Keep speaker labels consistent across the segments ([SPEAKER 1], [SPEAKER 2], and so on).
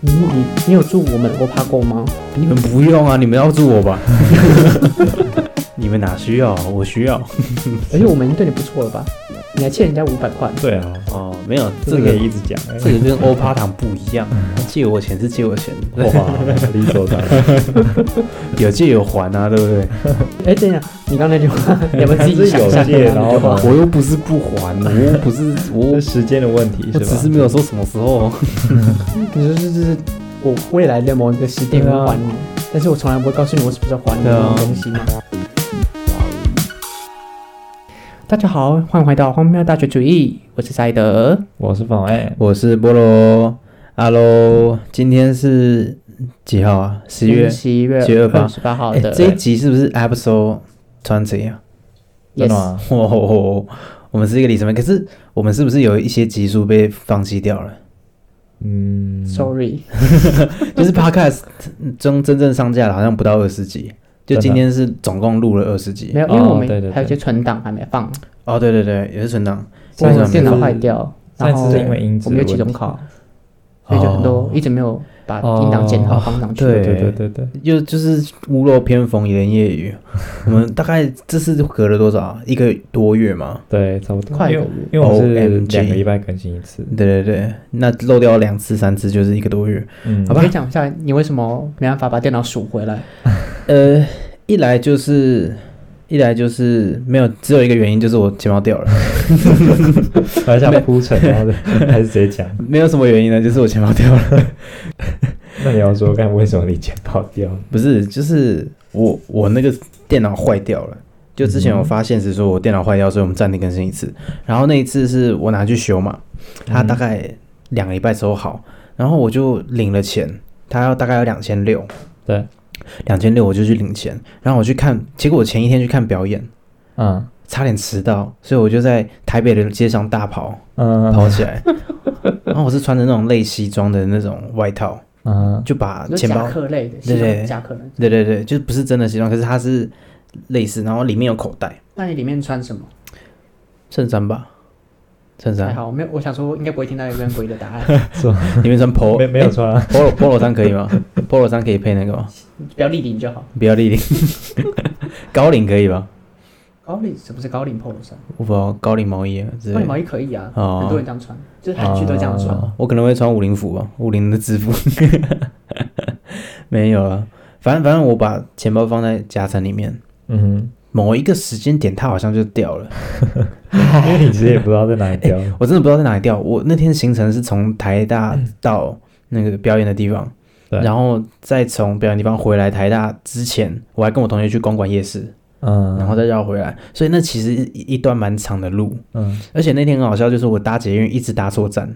[SPEAKER 1] 你你你有住我们欧帕够吗？
[SPEAKER 2] 你们不用啊，你们要住我吧？ 你们哪需要？我需要。
[SPEAKER 1] 而哎且我们已经对你不错了吧？你还欠人家五百块，
[SPEAKER 3] 对啊，
[SPEAKER 2] 哦，没有，
[SPEAKER 3] 这
[SPEAKER 2] 这
[SPEAKER 3] 个
[SPEAKER 2] 个
[SPEAKER 3] 可以一直讲，哎
[SPEAKER 2] 这个嗯跟欧趴糖不一样，借我钱是借我钱，
[SPEAKER 3] 哇，理所当然。
[SPEAKER 2] 有借有还啊，对不对？
[SPEAKER 1] 哎，等一下，你刚才那句话， 你要不要自己想一下
[SPEAKER 3] 还是有借
[SPEAKER 1] 刚刚那句
[SPEAKER 3] 然后
[SPEAKER 1] 话？
[SPEAKER 2] 我又不是不还，我又不是 我
[SPEAKER 3] 这，时间的问题
[SPEAKER 2] 我
[SPEAKER 3] 是
[SPEAKER 2] 只
[SPEAKER 3] 吧？
[SPEAKER 2] 是没有说什么时候。
[SPEAKER 1] 你说就是我未来的某一个时点会还你，但是我从来不会告诉你我什么时候还你
[SPEAKER 2] 对
[SPEAKER 1] 这
[SPEAKER 2] 啊
[SPEAKER 1] 种东西嘛。大家好，欢迎回到荒谬大学主义，我是赛德。
[SPEAKER 3] 我是哎方爱，
[SPEAKER 2] 我是菠萝哈喽，今天是几号啊？十月。
[SPEAKER 1] 十一月
[SPEAKER 2] 12吧
[SPEAKER 1] 二十八号
[SPEAKER 2] 哎
[SPEAKER 1] 的，
[SPEAKER 2] 这一集是不是 episode 穿谁啊？
[SPEAKER 3] 真的
[SPEAKER 1] yes，
[SPEAKER 3] 吗？
[SPEAKER 2] 哦， 我们是一个里程碑，可是我们是不是有一些集数被放弃掉了？
[SPEAKER 3] 嗯，
[SPEAKER 1] sorry，
[SPEAKER 2] 就是 podcast 中真正上架的好像不到二十集，就
[SPEAKER 3] 真的
[SPEAKER 2] 今天是总共录了二十集
[SPEAKER 1] 没。有，因为我
[SPEAKER 3] 哦对
[SPEAKER 1] 们
[SPEAKER 3] 对对
[SPEAKER 1] 还有一些存档还没放，
[SPEAKER 2] 哦，对对对，也是存档。
[SPEAKER 1] 我
[SPEAKER 2] 上次
[SPEAKER 1] 们
[SPEAKER 2] 还
[SPEAKER 1] 电脑
[SPEAKER 2] 没放
[SPEAKER 1] 坏掉，
[SPEAKER 3] 上
[SPEAKER 1] 然
[SPEAKER 3] 一
[SPEAKER 1] 后
[SPEAKER 3] 次是因为音质
[SPEAKER 1] 我
[SPEAKER 3] 的
[SPEAKER 1] 们有
[SPEAKER 3] 问
[SPEAKER 1] 期
[SPEAKER 3] 题哦
[SPEAKER 1] 中考，所以就很多
[SPEAKER 2] 哦
[SPEAKER 1] 一直没有把音档剪好放上去。
[SPEAKER 2] 对
[SPEAKER 3] 对对对对，
[SPEAKER 2] 又就是屋漏偏逢连夜雨，我们大概这次隔了多少啊？一个多月嘛。
[SPEAKER 3] 对，差不多。
[SPEAKER 1] 快一
[SPEAKER 3] 因
[SPEAKER 1] 个
[SPEAKER 3] 为
[SPEAKER 1] 月
[SPEAKER 3] 因为我们是
[SPEAKER 2] OMG
[SPEAKER 3] 两个礼拜更新一次，
[SPEAKER 2] 对对对，那漏掉两次、三次就是一个多月。
[SPEAKER 3] 嗯，
[SPEAKER 1] 你可以讲一下你为什么没办法把电脑赎回来？
[SPEAKER 2] 呃，一来就是一来就是没有，只有一个原因就是我钱包掉了，
[SPEAKER 3] 我还想铺陈，然后还是直接讲。
[SPEAKER 2] 没有什么原因呢，啊就是我钱包掉了。
[SPEAKER 3] 那你要说看为什么你钱跑掉？
[SPEAKER 2] 不是，就是我我那个电脑坏掉了。就之前我发现是说我电脑坏掉，所以我们暂停更新一次。然后那一次是我拿去修嘛，它大概两个礼拜之后好，然后我就领了钱，它要大概要两千六，
[SPEAKER 3] 对，
[SPEAKER 2] 两千六我就去领钱，然后我去看，结果我前一天去看表演，
[SPEAKER 3] 嗯
[SPEAKER 2] 差点迟到，所以我就在台北的街上大 跑
[SPEAKER 3] 嗯
[SPEAKER 2] 跑起来，然后我是穿着那种类西装的那种外套，
[SPEAKER 3] 嗯，
[SPEAKER 2] 就把
[SPEAKER 1] 就是
[SPEAKER 2] 钱包
[SPEAKER 1] 夹克类的，
[SPEAKER 2] 对对
[SPEAKER 1] 夹克类。
[SPEAKER 2] 对对对，就不是真的西装，可是它是类似，然后里面有口袋，
[SPEAKER 1] 那你里面穿什么？
[SPEAKER 2] 衬衫吧，衬
[SPEAKER 1] 还
[SPEAKER 3] 啊
[SPEAKER 2] 衫，
[SPEAKER 1] 好，没有。我想说，应该不会听到一个很诡异的答 案，
[SPEAKER 2] 里面穿 polo
[SPEAKER 3] 没没有穿啊，
[SPEAKER 2] polo polo 衫可以吗 ？polo 衫可以配那个吗？
[SPEAKER 1] 不要立领就好。
[SPEAKER 2] 不要立领， 高领可以吧？
[SPEAKER 1] 高领什么是高领 polo 衫？
[SPEAKER 2] 我不知道高领毛衣啊之
[SPEAKER 1] 高
[SPEAKER 2] 类
[SPEAKER 1] 领
[SPEAKER 2] 的
[SPEAKER 1] 毛。衣可以啊，
[SPEAKER 2] 哦
[SPEAKER 1] 很多人这样穿，就是韩哎剧都这样穿。
[SPEAKER 3] 哦
[SPEAKER 2] 我可能会穿五零服吧，五零的制服。 没有啊，反正反正我把钱包放在夹层里面，
[SPEAKER 3] 嗯
[SPEAKER 2] 某一个时间点它好像就掉了，
[SPEAKER 3] 哼，因为你其实也不知道在哪里掉。
[SPEAKER 2] 我真的不知道在哪里掉。我那天行程是从台大到那个表演的地方，
[SPEAKER 3] 嗯对
[SPEAKER 2] 然后再从表演地方回来台大之前，我还跟我同学去公馆夜市，
[SPEAKER 3] 嗯，
[SPEAKER 2] 然后再绕回来，所以那其实一一段蛮长的路。
[SPEAKER 3] 嗯，
[SPEAKER 2] 而且那天很好笑，就是我搭捷运一直搭错站，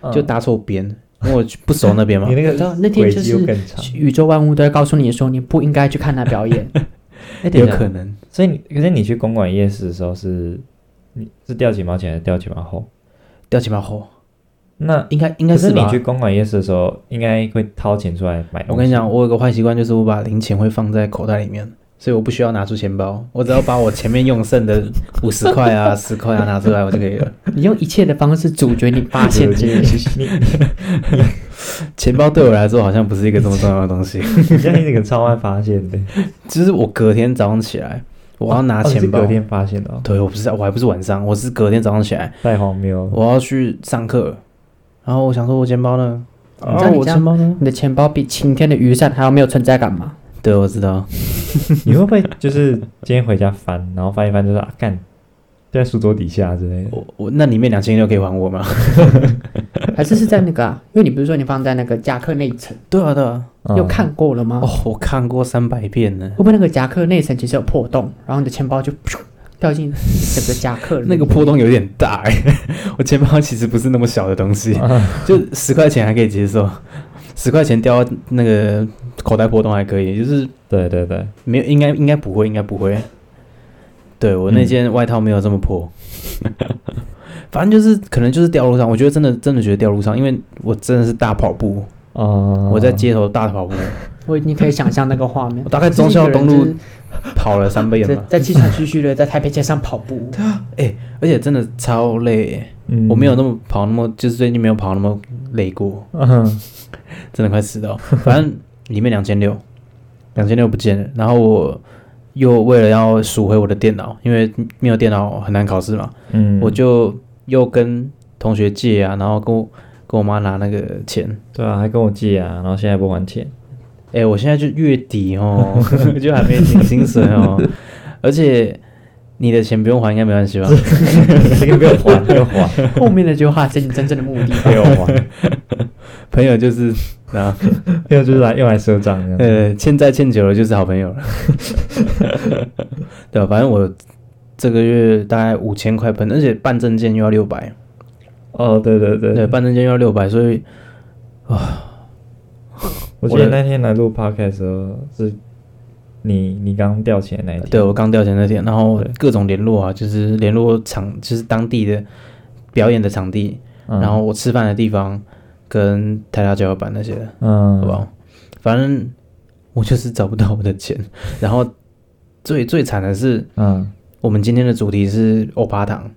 [SPEAKER 3] 嗯
[SPEAKER 2] 就搭错边，因为我不熟那边嘛
[SPEAKER 3] 你。那
[SPEAKER 1] 你知道
[SPEAKER 3] 个
[SPEAKER 1] 那天
[SPEAKER 3] 轨
[SPEAKER 1] 就
[SPEAKER 3] 迹
[SPEAKER 1] 是
[SPEAKER 3] 又更长，
[SPEAKER 1] 宇宙万物都在告诉你说，你不应该去看他表 演。哎，等
[SPEAKER 2] 有
[SPEAKER 1] 一下
[SPEAKER 2] 可能，
[SPEAKER 3] 所以你可是你去公馆夜市的时候是你是掉几毛前还是掉几毛后？
[SPEAKER 2] 掉钱包后，
[SPEAKER 3] 那
[SPEAKER 2] 应该应
[SPEAKER 3] 可
[SPEAKER 2] 该
[SPEAKER 3] 是
[SPEAKER 2] 吧
[SPEAKER 3] 你去公馆夜市的时候，应该会掏钱出来买东西。
[SPEAKER 2] 我跟你讲，我有个坏习惯，就是我把零钱会放在口袋里面，所以我不需要拿出钱包，我只要把我前面用剩的五十块 啊、十块啊拿出来，我就可以了。
[SPEAKER 1] 你用一切的方式阻绝你发
[SPEAKER 3] 对
[SPEAKER 1] 现
[SPEAKER 3] 我
[SPEAKER 1] 这
[SPEAKER 3] 记
[SPEAKER 1] 件
[SPEAKER 3] 得
[SPEAKER 1] 事。
[SPEAKER 3] 你
[SPEAKER 2] 钱包对我来说好像不是一个这么重要的东 西。
[SPEAKER 3] 你 这样一个超爱发现的，
[SPEAKER 2] 就是我隔天早上起来，我要拿
[SPEAKER 3] 哦你是
[SPEAKER 2] 钱包。
[SPEAKER 3] 隔天发现的哦，
[SPEAKER 2] 对，我不是，我还不是晚上，我是隔天早上起来，
[SPEAKER 3] 太荒谬了。
[SPEAKER 2] 我要去上课，然后我想说，我钱包呢？
[SPEAKER 1] 你知道
[SPEAKER 2] 啊，
[SPEAKER 1] 你
[SPEAKER 2] 我
[SPEAKER 1] 这样
[SPEAKER 2] 钱包呢？
[SPEAKER 1] 你的钱包比晴天的雨伞还要没有存在感吗？
[SPEAKER 2] 对，我知道。
[SPEAKER 3] 你会不会就是今天回家翻，然后翻一翻就是啊干，在书桌底下之类的？
[SPEAKER 2] 我我那里面两千六可以还我吗？
[SPEAKER 1] 还是是在那个啊？因为你不是说你放在那个夹克内层，
[SPEAKER 2] 对啊，对啊。
[SPEAKER 3] 嗯
[SPEAKER 1] 又看过了吗？
[SPEAKER 2] 哦，我看过三百遍呢？
[SPEAKER 1] 会。不会那个夹克内层其实有破洞，然后你的钱包就 噗掉进整个夹克里
[SPEAKER 2] 那个破洞有点大哎、 我钱包其实不是那么小的东西，
[SPEAKER 3] 哦
[SPEAKER 2] 就十块钱还可以接受，十块钱掉到那个口袋破洞还可以，就是
[SPEAKER 3] 对对对，
[SPEAKER 2] 没有，应该应该不会，应该不会。对我那件外套没有这么破， 反正就是可能就是掉路上，我觉得真的真的觉得掉路上，因为我真的是大跑步，
[SPEAKER 3] 哦，
[SPEAKER 2] 我在街头大 跑步，
[SPEAKER 1] 我已经可以想象那个画 面
[SPEAKER 2] 我。大概忠孝东路跑了三
[SPEAKER 1] 就
[SPEAKER 2] 遍
[SPEAKER 1] 是一个人
[SPEAKER 2] 吧
[SPEAKER 1] 在，在气喘吁吁的在台北街上跑 步，
[SPEAKER 2] 而且真的超累欸、
[SPEAKER 3] 嗯
[SPEAKER 2] 我没有那么跑那么，就是最近没有跑那么累过。
[SPEAKER 3] 嗯
[SPEAKER 2] 真的快死掉。反正里面两千六，两千六不见了。然后我又为了要赎回我的电脑，因为没有电脑很难考试嘛，
[SPEAKER 3] 嗯，
[SPEAKER 2] 我就又跟同学借啊，然后跟我跟我妈拿那个钱。
[SPEAKER 3] 对啊，还跟我借啊，然后现在不还钱，
[SPEAKER 2] 哎、我现在就月底哦，就还没领薪水 哦，而且你的钱不用还，应该没关系吧？
[SPEAKER 3] 这个不要还，不要还，
[SPEAKER 1] 后面的就话是你真正的目的
[SPEAKER 3] 不要还，
[SPEAKER 2] 朋友就是 啊，
[SPEAKER 3] 还有就是来用来赊账这样子。
[SPEAKER 2] 呃，欠债欠久了就是好朋友 了，对吧？啊反正我这个月大概五千块喷，而且办证件又要六百，
[SPEAKER 3] 哦，对对对，
[SPEAKER 2] 对，办证件又要六百，所以
[SPEAKER 3] 我记
[SPEAKER 2] 我
[SPEAKER 3] 得
[SPEAKER 2] 的
[SPEAKER 3] 那天来录 podcast 的时候是你你刚掉钱那一天，
[SPEAKER 2] 对我刚掉钱那天，然后各种联络啊，就是联络场，就是当地的表演的场地，
[SPEAKER 3] 嗯
[SPEAKER 2] 然后我吃饭的地方跟台大交流版那些的。
[SPEAKER 3] 嗯，
[SPEAKER 2] 好不好？反正我就是找不到我的钱。 然后最最惨的是，
[SPEAKER 3] 嗯，
[SPEAKER 2] 我们今天的主题是欧巴糖，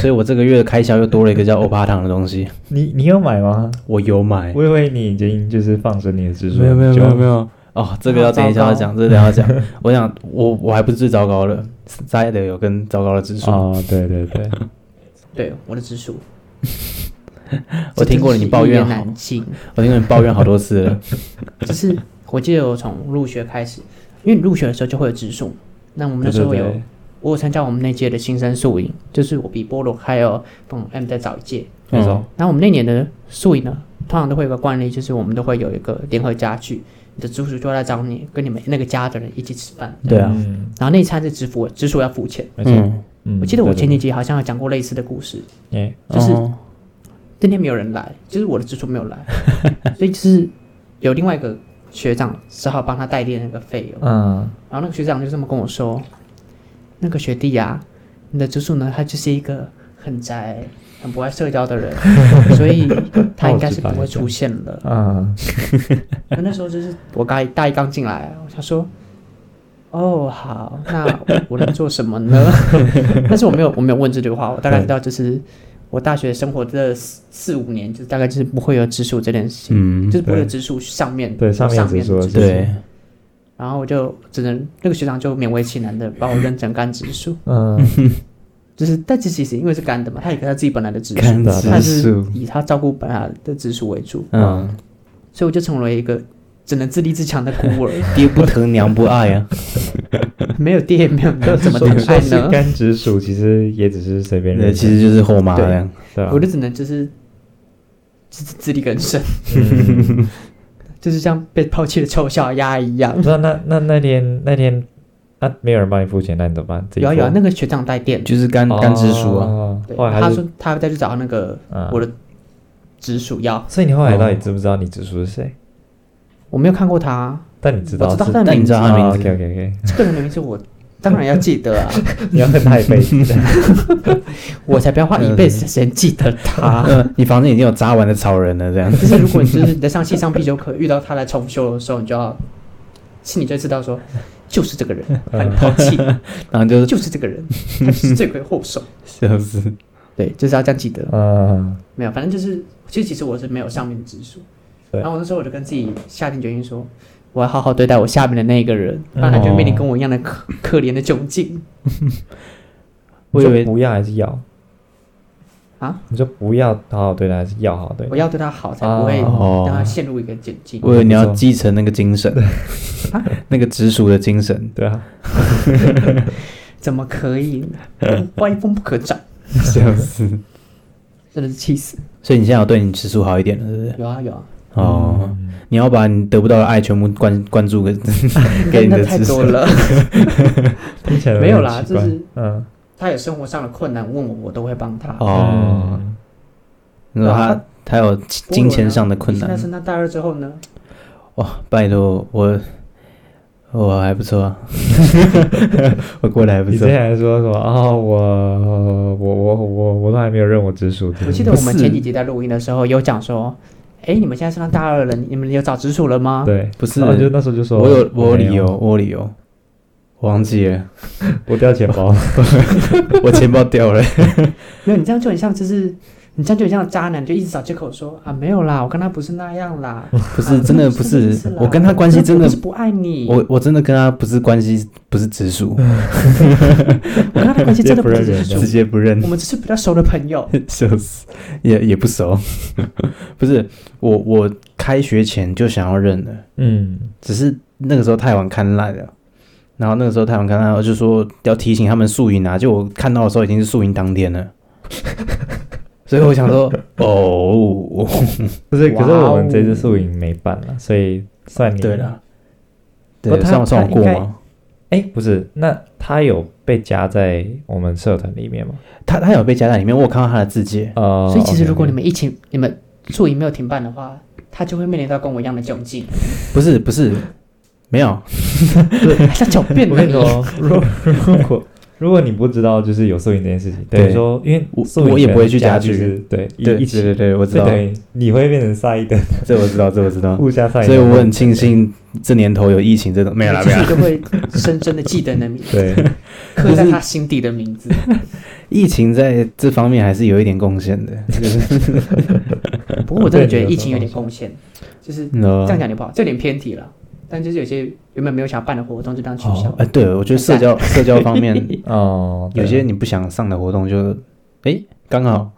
[SPEAKER 2] 所以我这个月的开销又多了一个叫欧巴糖的东西。
[SPEAKER 3] 你你有买吗？
[SPEAKER 2] 我有买，
[SPEAKER 3] 我以为你已经就是放生你的指数，
[SPEAKER 2] 没有没有
[SPEAKER 3] 就
[SPEAKER 2] 没有没有。哦，这个要等一下
[SPEAKER 1] 好
[SPEAKER 2] 要
[SPEAKER 1] 糟糕
[SPEAKER 2] 讲，这个等一下要讲。我想，我我还不是最糟糕的，塞的有跟糟糕的指数。
[SPEAKER 3] 哦，对对对，
[SPEAKER 1] 对，我的直 属。
[SPEAKER 2] 我听过了你抱
[SPEAKER 1] 这
[SPEAKER 2] 怨
[SPEAKER 1] 真是一
[SPEAKER 2] 好
[SPEAKER 1] 言，难尽，
[SPEAKER 2] 我听过你抱怨好多次 了。
[SPEAKER 1] 就是我记得我从入学开始，因为你入学的时候就会有直属，那我们那
[SPEAKER 3] 对
[SPEAKER 1] 时
[SPEAKER 3] 对
[SPEAKER 1] 候有
[SPEAKER 3] 对，
[SPEAKER 1] 我有参加我们那届的新生宿营，就是我比菠萝还有凤 M 再早一届。
[SPEAKER 3] 没错
[SPEAKER 2] 嗯，
[SPEAKER 1] 然后我们那年的宿营呢，通常都会有个惯例，就是我们都会有一个联合家具，你的直属就会来找你，跟你们那个家的人一起吃饭。
[SPEAKER 2] 对啊，
[SPEAKER 3] 嗯，
[SPEAKER 1] 然后那一餐是直属，直属要付钱。
[SPEAKER 3] 没错，
[SPEAKER 2] 嗯，
[SPEAKER 3] 嗯
[SPEAKER 1] 我记得我前几
[SPEAKER 3] 天
[SPEAKER 1] 集好像有讲过类似的故事，
[SPEAKER 3] 哎，
[SPEAKER 1] 就是
[SPEAKER 2] 哦
[SPEAKER 1] 那天没有人来，就是我的支出没有来，所以就是有另外一个学长只好帮他代垫那个费用。
[SPEAKER 3] 嗯，
[SPEAKER 1] 然后那个学长就这么跟我说：“那个学弟呀、你的支出呢，他就是一个很宅、很不爱社交的人， 所以他应该是不会出现了。
[SPEAKER 3] 啊，”
[SPEAKER 1] 那那时候就是我刚大一刚进来，啊我想说。哦，好，那我能做什么呢？ 但是我没有，我没有问这句话，我大概知道，就是我大学生活这四四五年，就大概就是不会有直属这件事情，
[SPEAKER 2] 嗯
[SPEAKER 1] 就是，不会有
[SPEAKER 3] 对
[SPEAKER 1] 直属上面
[SPEAKER 3] 对上面
[SPEAKER 1] 上
[SPEAKER 3] 直属
[SPEAKER 1] 直
[SPEAKER 2] 对，
[SPEAKER 1] 然后我就只能那个学长就勉为其难的把我扔成干直属，
[SPEAKER 3] 嗯，
[SPEAKER 1] 就是但其实其实因为是干的嘛，他也跟他自己本来的直
[SPEAKER 2] 干
[SPEAKER 1] 属，
[SPEAKER 2] 直
[SPEAKER 1] 他是
[SPEAKER 3] 属
[SPEAKER 1] 以他照顾本来的直属为主，
[SPEAKER 2] 嗯，
[SPEAKER 1] 所以我就成为一个只能自立自强的孤儿，
[SPEAKER 2] 爹不疼娘不爱啊。
[SPEAKER 1] 没有爹也没有哥， 怎么
[SPEAKER 3] 说
[SPEAKER 1] 谈
[SPEAKER 3] 说
[SPEAKER 1] 爱
[SPEAKER 3] 是
[SPEAKER 1] 呢？
[SPEAKER 3] 干直属其实也只是随便
[SPEAKER 2] 对，
[SPEAKER 3] 认，
[SPEAKER 2] 其实就是后妈这样。
[SPEAKER 3] 对吧
[SPEAKER 1] 我？就只能就是自自力更生，
[SPEAKER 3] 嗯
[SPEAKER 1] 就是像被抛弃的臭小鸭一样。
[SPEAKER 3] 那那那那天那天啊，没有人帮你付钱，那你怎么办？自己
[SPEAKER 1] 有啊
[SPEAKER 3] 付
[SPEAKER 1] 有啊，那个学长带电，
[SPEAKER 2] 就是干干支书啊，
[SPEAKER 3] 哦
[SPEAKER 1] 对，
[SPEAKER 3] 后来还
[SPEAKER 1] 他
[SPEAKER 3] 是
[SPEAKER 1] 说他再去找那个
[SPEAKER 3] 嗯
[SPEAKER 1] 我的直属要，
[SPEAKER 3] 所以你后来到底知不知道你直属是谁？
[SPEAKER 1] 我没有看过他，
[SPEAKER 3] 但你知
[SPEAKER 1] 我
[SPEAKER 3] 道
[SPEAKER 1] 知道
[SPEAKER 3] 是哦
[SPEAKER 1] 他的
[SPEAKER 2] 但
[SPEAKER 1] 名
[SPEAKER 2] 你知
[SPEAKER 1] 字啊
[SPEAKER 2] 道，他名字
[SPEAKER 3] OK OK
[SPEAKER 1] 这个人的名字我当然要记得啊，
[SPEAKER 3] OK，你要 恨他一辈子。
[SPEAKER 1] 我才不要花一辈子的时间记得他。。
[SPEAKER 2] 呃，你房间已经有扎完的草人了，这样
[SPEAKER 3] 嗯
[SPEAKER 1] 就是如果你就是你在上戏上必修课遇到他来重修的时候，你就要心里就知道说，就是这个人把你抛弃，
[SPEAKER 3] 嗯
[SPEAKER 2] 然后就 是
[SPEAKER 1] 就是这个人，他就是罪魁祸首。
[SPEAKER 2] 笑死，
[SPEAKER 1] 对，就是要这样记 得。
[SPEAKER 3] 嗯，
[SPEAKER 1] 没有，反正就是，其实其实我是没有上面的直属，
[SPEAKER 3] 对
[SPEAKER 1] 然后我那时候我就跟自己下定决心说，我要好好对待我下面的那一个人，不
[SPEAKER 3] 嗯
[SPEAKER 1] 然他就面临跟我一样的可可怜的窘境。
[SPEAKER 2] 我以为
[SPEAKER 3] 你说不要还是要
[SPEAKER 1] 啊？
[SPEAKER 3] 你说不要好好对待，还是要好好对
[SPEAKER 1] 我
[SPEAKER 3] 待？
[SPEAKER 1] 要对他好，才不会
[SPEAKER 2] 哦
[SPEAKER 1] 让他陷入一个窘境。
[SPEAKER 3] 哦
[SPEAKER 2] 我以为你要继承那个精神
[SPEAKER 1] 啊，
[SPEAKER 2] 那个直属的精神。
[SPEAKER 3] 对啊，
[SPEAKER 1] 怎么可以 呢？歪风不可长，
[SPEAKER 2] 笑死。
[SPEAKER 1] 真的是气死。
[SPEAKER 2] 所以你现在有对你直属好一点了，对不对？
[SPEAKER 1] 有啊有啊，
[SPEAKER 2] 哦，
[SPEAKER 3] 嗯
[SPEAKER 2] 你要把你得不到的爱全部关关注给给你
[SPEAKER 1] 那
[SPEAKER 2] 的
[SPEAKER 1] 太
[SPEAKER 2] 直属
[SPEAKER 1] 多。 了。
[SPEAKER 3] 听起来
[SPEAKER 1] 没有啦
[SPEAKER 3] 很奇怪
[SPEAKER 1] 就是
[SPEAKER 3] 嗯
[SPEAKER 1] 他有生活上的困难，问我我都会帮他。
[SPEAKER 2] 哦，
[SPEAKER 3] 嗯
[SPEAKER 2] 你说
[SPEAKER 1] 然后
[SPEAKER 2] 他啊他有金钱上的困
[SPEAKER 1] 现在
[SPEAKER 2] 难
[SPEAKER 1] 升到大二之后呢？
[SPEAKER 2] 哇，拜托我我还不错 啊，我过得还不
[SPEAKER 3] 你之
[SPEAKER 2] 错。
[SPEAKER 3] 前还说什么啊？我我我我我都还没有认我直属的。
[SPEAKER 1] 我记得我们前几集在录音的时候有讲说，哎，你们现在升到大二了，你们有找直属了吗？
[SPEAKER 3] 对，
[SPEAKER 2] 不是
[SPEAKER 3] 然后就那时候就说
[SPEAKER 2] 我有我有
[SPEAKER 3] 没
[SPEAKER 2] 理由，，我有理由，我忘记 了，
[SPEAKER 3] 我掉钱包。
[SPEAKER 2] 我钱包掉了。
[SPEAKER 1] 没有，你这样就很像就是你这样就很像渣男，就一直找借口说啊没有啦，我跟他不是那样啦，
[SPEAKER 2] 哦
[SPEAKER 1] 啊
[SPEAKER 2] 不是真的不是，我跟他关系真
[SPEAKER 1] 的
[SPEAKER 2] 的
[SPEAKER 1] 不，是不爱你，我
[SPEAKER 2] 我我真的跟他不是关系，不是直 属，
[SPEAKER 1] 跟他的关系真的不
[SPEAKER 3] 直接不
[SPEAKER 1] 是
[SPEAKER 3] 认
[SPEAKER 1] 直
[SPEAKER 2] 直
[SPEAKER 1] 属，
[SPEAKER 2] 接不认
[SPEAKER 1] 我，们只是比较熟的朋友。
[SPEAKER 2] 笑死，也也不 熟，不是我我开学前就想要认了，
[SPEAKER 3] 嗯，
[SPEAKER 2] 只是那个时候太晚看烂了。然后那个时候太晚看烂了，我就说要提醒他们宿营啊。就我看到的时候已经是宿营当天了， 所以我想说，哦，
[SPEAKER 3] 不是，可是
[SPEAKER 1] 哇哦
[SPEAKER 3] 我们这次宿营没办了，所以算你
[SPEAKER 2] 对。了，
[SPEAKER 3] 不
[SPEAKER 2] 对，
[SPEAKER 3] 过他
[SPEAKER 2] 算我算我
[SPEAKER 3] 他
[SPEAKER 2] 过
[SPEAKER 3] 应该
[SPEAKER 2] 吗？
[SPEAKER 3] 哎，不是，那他有被加在我们社团里面吗？
[SPEAKER 2] 他他有被加在里面，我有看到他的字节，
[SPEAKER 3] 呃，
[SPEAKER 1] 所以其实
[SPEAKER 3] OK，OK
[SPEAKER 1] 如果你们一起，你们宿营没有停办的话，他就会面临到跟我一样的窘境，
[SPEAKER 2] 不是不是，没有，
[SPEAKER 1] 还在狡辩
[SPEAKER 3] 我
[SPEAKER 1] 呢
[SPEAKER 3] 跟你
[SPEAKER 1] 你。
[SPEAKER 3] 说，如如果如果你不知道就是有宿营这件事情，等于
[SPEAKER 2] 对
[SPEAKER 3] 说，因为
[SPEAKER 2] 我
[SPEAKER 3] 宿营
[SPEAKER 2] 我也不会
[SPEAKER 3] 可能
[SPEAKER 2] 去
[SPEAKER 3] 加
[SPEAKER 2] 加剧
[SPEAKER 3] 就是对一
[SPEAKER 2] 对
[SPEAKER 3] 一
[SPEAKER 2] 对
[SPEAKER 3] 起，
[SPEAKER 2] 对对，我知
[SPEAKER 3] 所以
[SPEAKER 2] 道，
[SPEAKER 3] 等于你会变成赛的，
[SPEAKER 2] 这我知道，这我知 道，
[SPEAKER 3] 互相赛的，
[SPEAKER 2] 所以我很庆幸这年头有疫情这种没有啦
[SPEAKER 1] 你
[SPEAKER 2] 没
[SPEAKER 1] 自
[SPEAKER 2] 有
[SPEAKER 1] 己
[SPEAKER 2] 啦，
[SPEAKER 1] 就会深深的记得你的名字，
[SPEAKER 3] 对，
[SPEAKER 1] 刻在他心底的名字。
[SPEAKER 2] 疫情在这方面还是有一点贡献的，
[SPEAKER 1] 不过我真的觉得疫情有点贡献，就是
[SPEAKER 2] 你知道
[SPEAKER 1] 这样？
[SPEAKER 2] 吗
[SPEAKER 1] 讲就不好，这有点偏题了。但就是有些原本没有想办的活动就当取消
[SPEAKER 2] 哦，，哎，对，我觉得社交社交方面，
[SPEAKER 3] 哦，对
[SPEAKER 2] 有些你不想上的活动就，哎，刚 好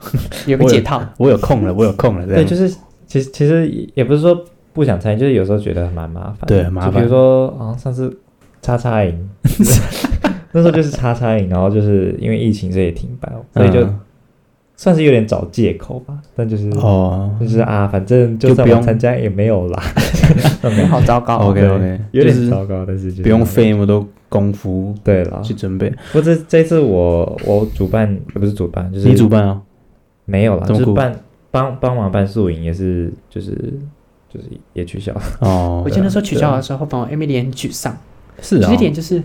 [SPEAKER 1] 有个解套。
[SPEAKER 2] 我有空了，我有空了，这
[SPEAKER 3] 对，
[SPEAKER 2] 样
[SPEAKER 3] 就是其实其实也不是说不想参与，就是有时候觉得蛮麻烦。
[SPEAKER 2] 对很麻烦
[SPEAKER 3] 就比如说，好、像上次叉叉 营，那时候就是叉叉营，然后就是因为疫情，所以停摆，所以就
[SPEAKER 2] 嗯
[SPEAKER 3] 算是有点找借口吧。但就是、
[SPEAKER 2] 哦
[SPEAKER 3] 就是啊，反正就
[SPEAKER 2] 就
[SPEAKER 3] 算
[SPEAKER 2] 不
[SPEAKER 3] 我
[SPEAKER 2] 用
[SPEAKER 3] 参加也没 有啦，
[SPEAKER 1] 好糟糕、
[SPEAKER 2] ，OK OK，
[SPEAKER 3] 哦有
[SPEAKER 2] 就
[SPEAKER 3] 点
[SPEAKER 2] 是
[SPEAKER 3] 糟糕，但是就是
[SPEAKER 2] 不用费那么多功夫
[SPEAKER 3] 对啦。
[SPEAKER 2] 去准备，
[SPEAKER 3] 不过这这次我我主办也不是主办，就是
[SPEAKER 2] 你主办啊？
[SPEAKER 3] 没有啦，
[SPEAKER 2] 怎
[SPEAKER 3] 就
[SPEAKER 2] 么
[SPEAKER 3] 是
[SPEAKER 2] 顾
[SPEAKER 3] 办帮帮忙办宿营也是就是就是也取消。
[SPEAKER 2] 哦
[SPEAKER 1] 我，记得那时候取消的时候，把我 Emily 很沮丧，
[SPEAKER 2] 是
[SPEAKER 1] 有
[SPEAKER 2] 啊
[SPEAKER 1] 一，点就是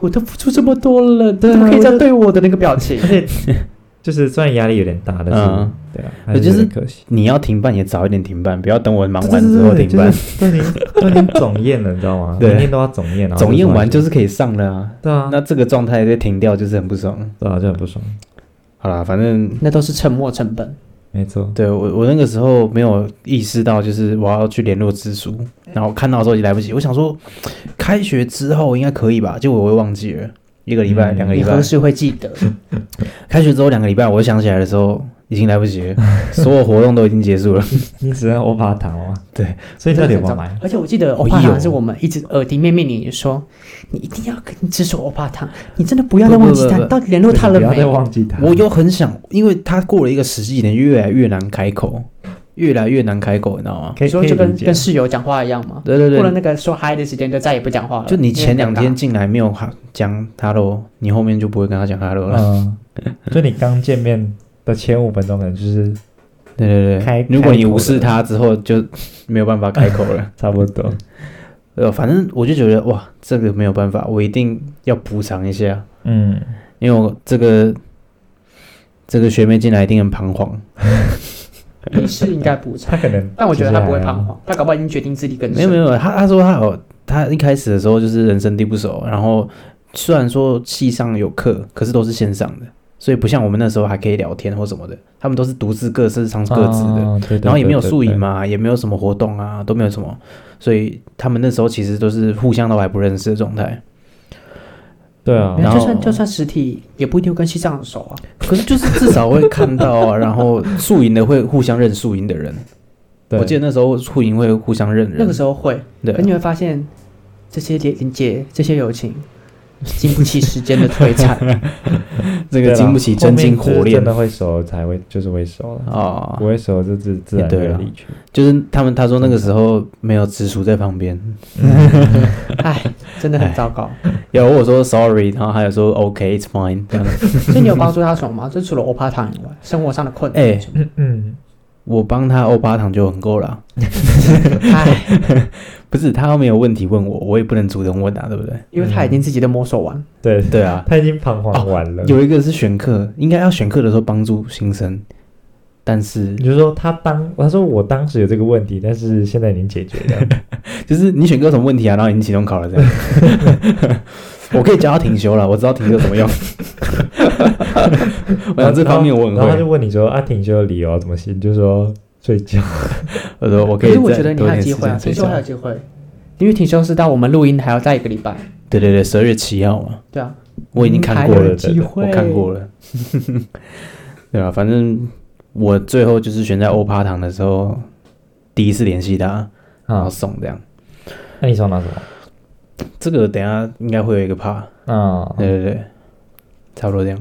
[SPEAKER 1] 我都付出这么多了，你
[SPEAKER 3] 对啊
[SPEAKER 1] 怎么可以
[SPEAKER 3] 我
[SPEAKER 1] 这样
[SPEAKER 3] 就
[SPEAKER 1] 对我的那个表 情？
[SPEAKER 3] 就是虽然压力有点大，但是、
[SPEAKER 2] 嗯
[SPEAKER 3] 对啊，
[SPEAKER 2] 我
[SPEAKER 3] 还是
[SPEAKER 2] 就是
[SPEAKER 3] 有点可惜。
[SPEAKER 2] 你要停办也早一点停办，不要等我忙完之后停办。
[SPEAKER 3] 对对对就是都已经都已经总验了，你知道吗？
[SPEAKER 2] 对
[SPEAKER 3] 每天都要总验，然后
[SPEAKER 2] 总验完
[SPEAKER 3] 就
[SPEAKER 2] 就是可以上了啊。
[SPEAKER 3] 对啊，
[SPEAKER 2] 那这个状态再停掉就是很不爽。
[SPEAKER 3] 对啊就很不爽，
[SPEAKER 2] 好啦，反正
[SPEAKER 1] 那都是沉没成本。
[SPEAKER 3] 没错。
[SPEAKER 2] 对我我那个时候没有意识到，就是我要去联络支书，然后看到的时候已经来不及。我想说，开学之后应该可以吧？结果我会忘记了，一个礼拜、
[SPEAKER 3] 嗯
[SPEAKER 2] 两个礼
[SPEAKER 1] 你
[SPEAKER 2] 拜
[SPEAKER 1] 何。时会记得？
[SPEAKER 2] 开学之后两个礼拜，我想起来的时候已经来不及了， 所有活动都已经结束了。
[SPEAKER 3] 你只能欧巴糖吗？
[SPEAKER 2] 对，
[SPEAKER 3] 所以到底有
[SPEAKER 1] 很
[SPEAKER 3] 没
[SPEAKER 1] 糟
[SPEAKER 3] 有
[SPEAKER 1] 糕
[SPEAKER 3] 买？
[SPEAKER 1] 而且我记得欧
[SPEAKER 2] 我
[SPEAKER 1] 巴
[SPEAKER 2] 有
[SPEAKER 1] 糖是我们一直耳提面命你说，你一定要跟你只说欧巴糖，你真的不要再忘记
[SPEAKER 2] 不不
[SPEAKER 1] 他，
[SPEAKER 2] 不
[SPEAKER 1] 你到底联络他了
[SPEAKER 3] 不要
[SPEAKER 1] 没
[SPEAKER 3] 再？忘记他。
[SPEAKER 2] 我又很想，因为他过了一个实际点，越来越难开口，越来越难开口，你知道吗？
[SPEAKER 3] 可
[SPEAKER 1] 你
[SPEAKER 3] 以
[SPEAKER 1] 说
[SPEAKER 3] 可以
[SPEAKER 1] 就
[SPEAKER 3] 理
[SPEAKER 1] 跟
[SPEAKER 3] 解
[SPEAKER 1] 跟，室友讲话一样吗？
[SPEAKER 2] 对对对
[SPEAKER 1] 过了，那个说嗨的时间就再也不讲话了。
[SPEAKER 2] 就你前两
[SPEAKER 1] 因为
[SPEAKER 2] 天
[SPEAKER 1] 尴尬
[SPEAKER 2] 进来没有哈讲 hello，你后面就不会跟他讲 hello 了。
[SPEAKER 3] 嗯，就你刚见面的前五分钟，可能就是
[SPEAKER 2] 对对
[SPEAKER 3] 开
[SPEAKER 2] 对，如果你
[SPEAKER 3] 开口
[SPEAKER 2] 无视
[SPEAKER 3] 了
[SPEAKER 2] 他之后，就没有办法开口了。
[SPEAKER 3] 差不多。
[SPEAKER 2] 呃，反正我就觉得哇，这个没有办法，我一定要补偿一下，
[SPEAKER 3] 嗯，
[SPEAKER 2] 因为我这个这个学妹进来一定很彷徨。
[SPEAKER 1] 你是应该补偿，
[SPEAKER 3] 他可能，啊
[SPEAKER 1] 但我觉得他不会彷。徨，他搞不好已经决定自力更生。
[SPEAKER 2] 没有没有，他他说他有他一开始的时候就是人生地不熟，然后虽然说系上有课，可是都是线上的，所以不像我们那时候还可以聊天或什么的，他们都是独自各自上各自的。
[SPEAKER 3] 啊对对
[SPEAKER 2] 然后也没有
[SPEAKER 3] 对对
[SPEAKER 2] 宿营
[SPEAKER 3] 对
[SPEAKER 2] 嘛，也没有什么活动啊，都没有什么，所以他们那时候其实都是互相都还不认识的状态。
[SPEAKER 3] 对啊
[SPEAKER 1] 没，有
[SPEAKER 2] 然
[SPEAKER 1] 就
[SPEAKER 2] 后
[SPEAKER 1] 算就算实体也不一定会跟西藏熟啊。
[SPEAKER 2] 可是就是至少会看到啊，然后宿营的会互相认宿营的人。
[SPEAKER 3] 对
[SPEAKER 2] 我记得那时候宿营会互相认人，
[SPEAKER 1] 那个时候会，
[SPEAKER 2] 对啊
[SPEAKER 1] 可你会发现这些连连接、这些友情，经不起时间的摧残。
[SPEAKER 2] 这
[SPEAKER 3] 对
[SPEAKER 2] 个
[SPEAKER 3] 啦
[SPEAKER 2] 经不起真金火
[SPEAKER 3] 后面就是
[SPEAKER 2] 炼
[SPEAKER 3] 真的会熟才会就是会熟了，
[SPEAKER 2] 啊
[SPEAKER 3] 不，会熟就自自然
[SPEAKER 2] 也对
[SPEAKER 3] 会
[SPEAKER 2] 啦
[SPEAKER 3] 离去。
[SPEAKER 2] 就是他们他说那个时候没有直属在旁边，
[SPEAKER 1] 唉，真的很糟糕。
[SPEAKER 2] 有我说 sorry，然后还有说 OK it's fine 这样。
[SPEAKER 1] 所以你有帮助他什么吗？就除了欧帕糖以外，生活上的困难。
[SPEAKER 2] 哎
[SPEAKER 3] 嗯，
[SPEAKER 2] 我帮他欧巴糖就很够了啊，
[SPEAKER 1] 唉，
[SPEAKER 2] 不是他后面有问题问我，我也不能主动问啊，对不对？
[SPEAKER 1] 因为他已经自己都摸索完，
[SPEAKER 3] 对，哦
[SPEAKER 2] 对啊，
[SPEAKER 3] 他已经彷徨完了。
[SPEAKER 2] 有一个是选课，应该要选课的时候帮助新生，但是
[SPEAKER 3] 你就说他当他说我当时有这个问题，但是现在已经解决 了。
[SPEAKER 2] 就是你选课有什么问题啊，然后 已经期中考了这样。我可以教他停修了，我知道停修怎么用。 我想这方面我很
[SPEAKER 3] 然后他就
[SPEAKER 2] 会。
[SPEAKER 3] 问你说啊停休的理由要怎么写，你就说睡觉。
[SPEAKER 2] 我说我
[SPEAKER 1] 可
[SPEAKER 2] 以
[SPEAKER 1] 是我
[SPEAKER 2] 再
[SPEAKER 1] 觉得你
[SPEAKER 2] 多
[SPEAKER 1] 还有
[SPEAKER 2] 一点
[SPEAKER 1] 机
[SPEAKER 2] 时
[SPEAKER 1] 会啊，
[SPEAKER 2] 间
[SPEAKER 1] 停
[SPEAKER 2] 睡
[SPEAKER 1] 休还有
[SPEAKER 2] 觉。
[SPEAKER 1] 机会，因为停休是到我们录音还要再一个礼拜，
[SPEAKER 2] 对对对，十二月七号嘛，
[SPEAKER 1] 对啊，
[SPEAKER 2] 我已经
[SPEAKER 1] 嗯
[SPEAKER 2] 看
[SPEAKER 1] 还
[SPEAKER 2] 过
[SPEAKER 1] 有
[SPEAKER 2] 了，
[SPEAKER 1] 机会
[SPEAKER 2] 我看过了。 对啊，反正我最后就是选在欧趴堂的时候，第一次联系他，然后
[SPEAKER 3] 啊，
[SPEAKER 2] 送这样。
[SPEAKER 3] 那你想拿什么？
[SPEAKER 2] 这个等一下应该会有一个趴，
[SPEAKER 3] 啊，
[SPEAKER 2] 对对对，差不多这样。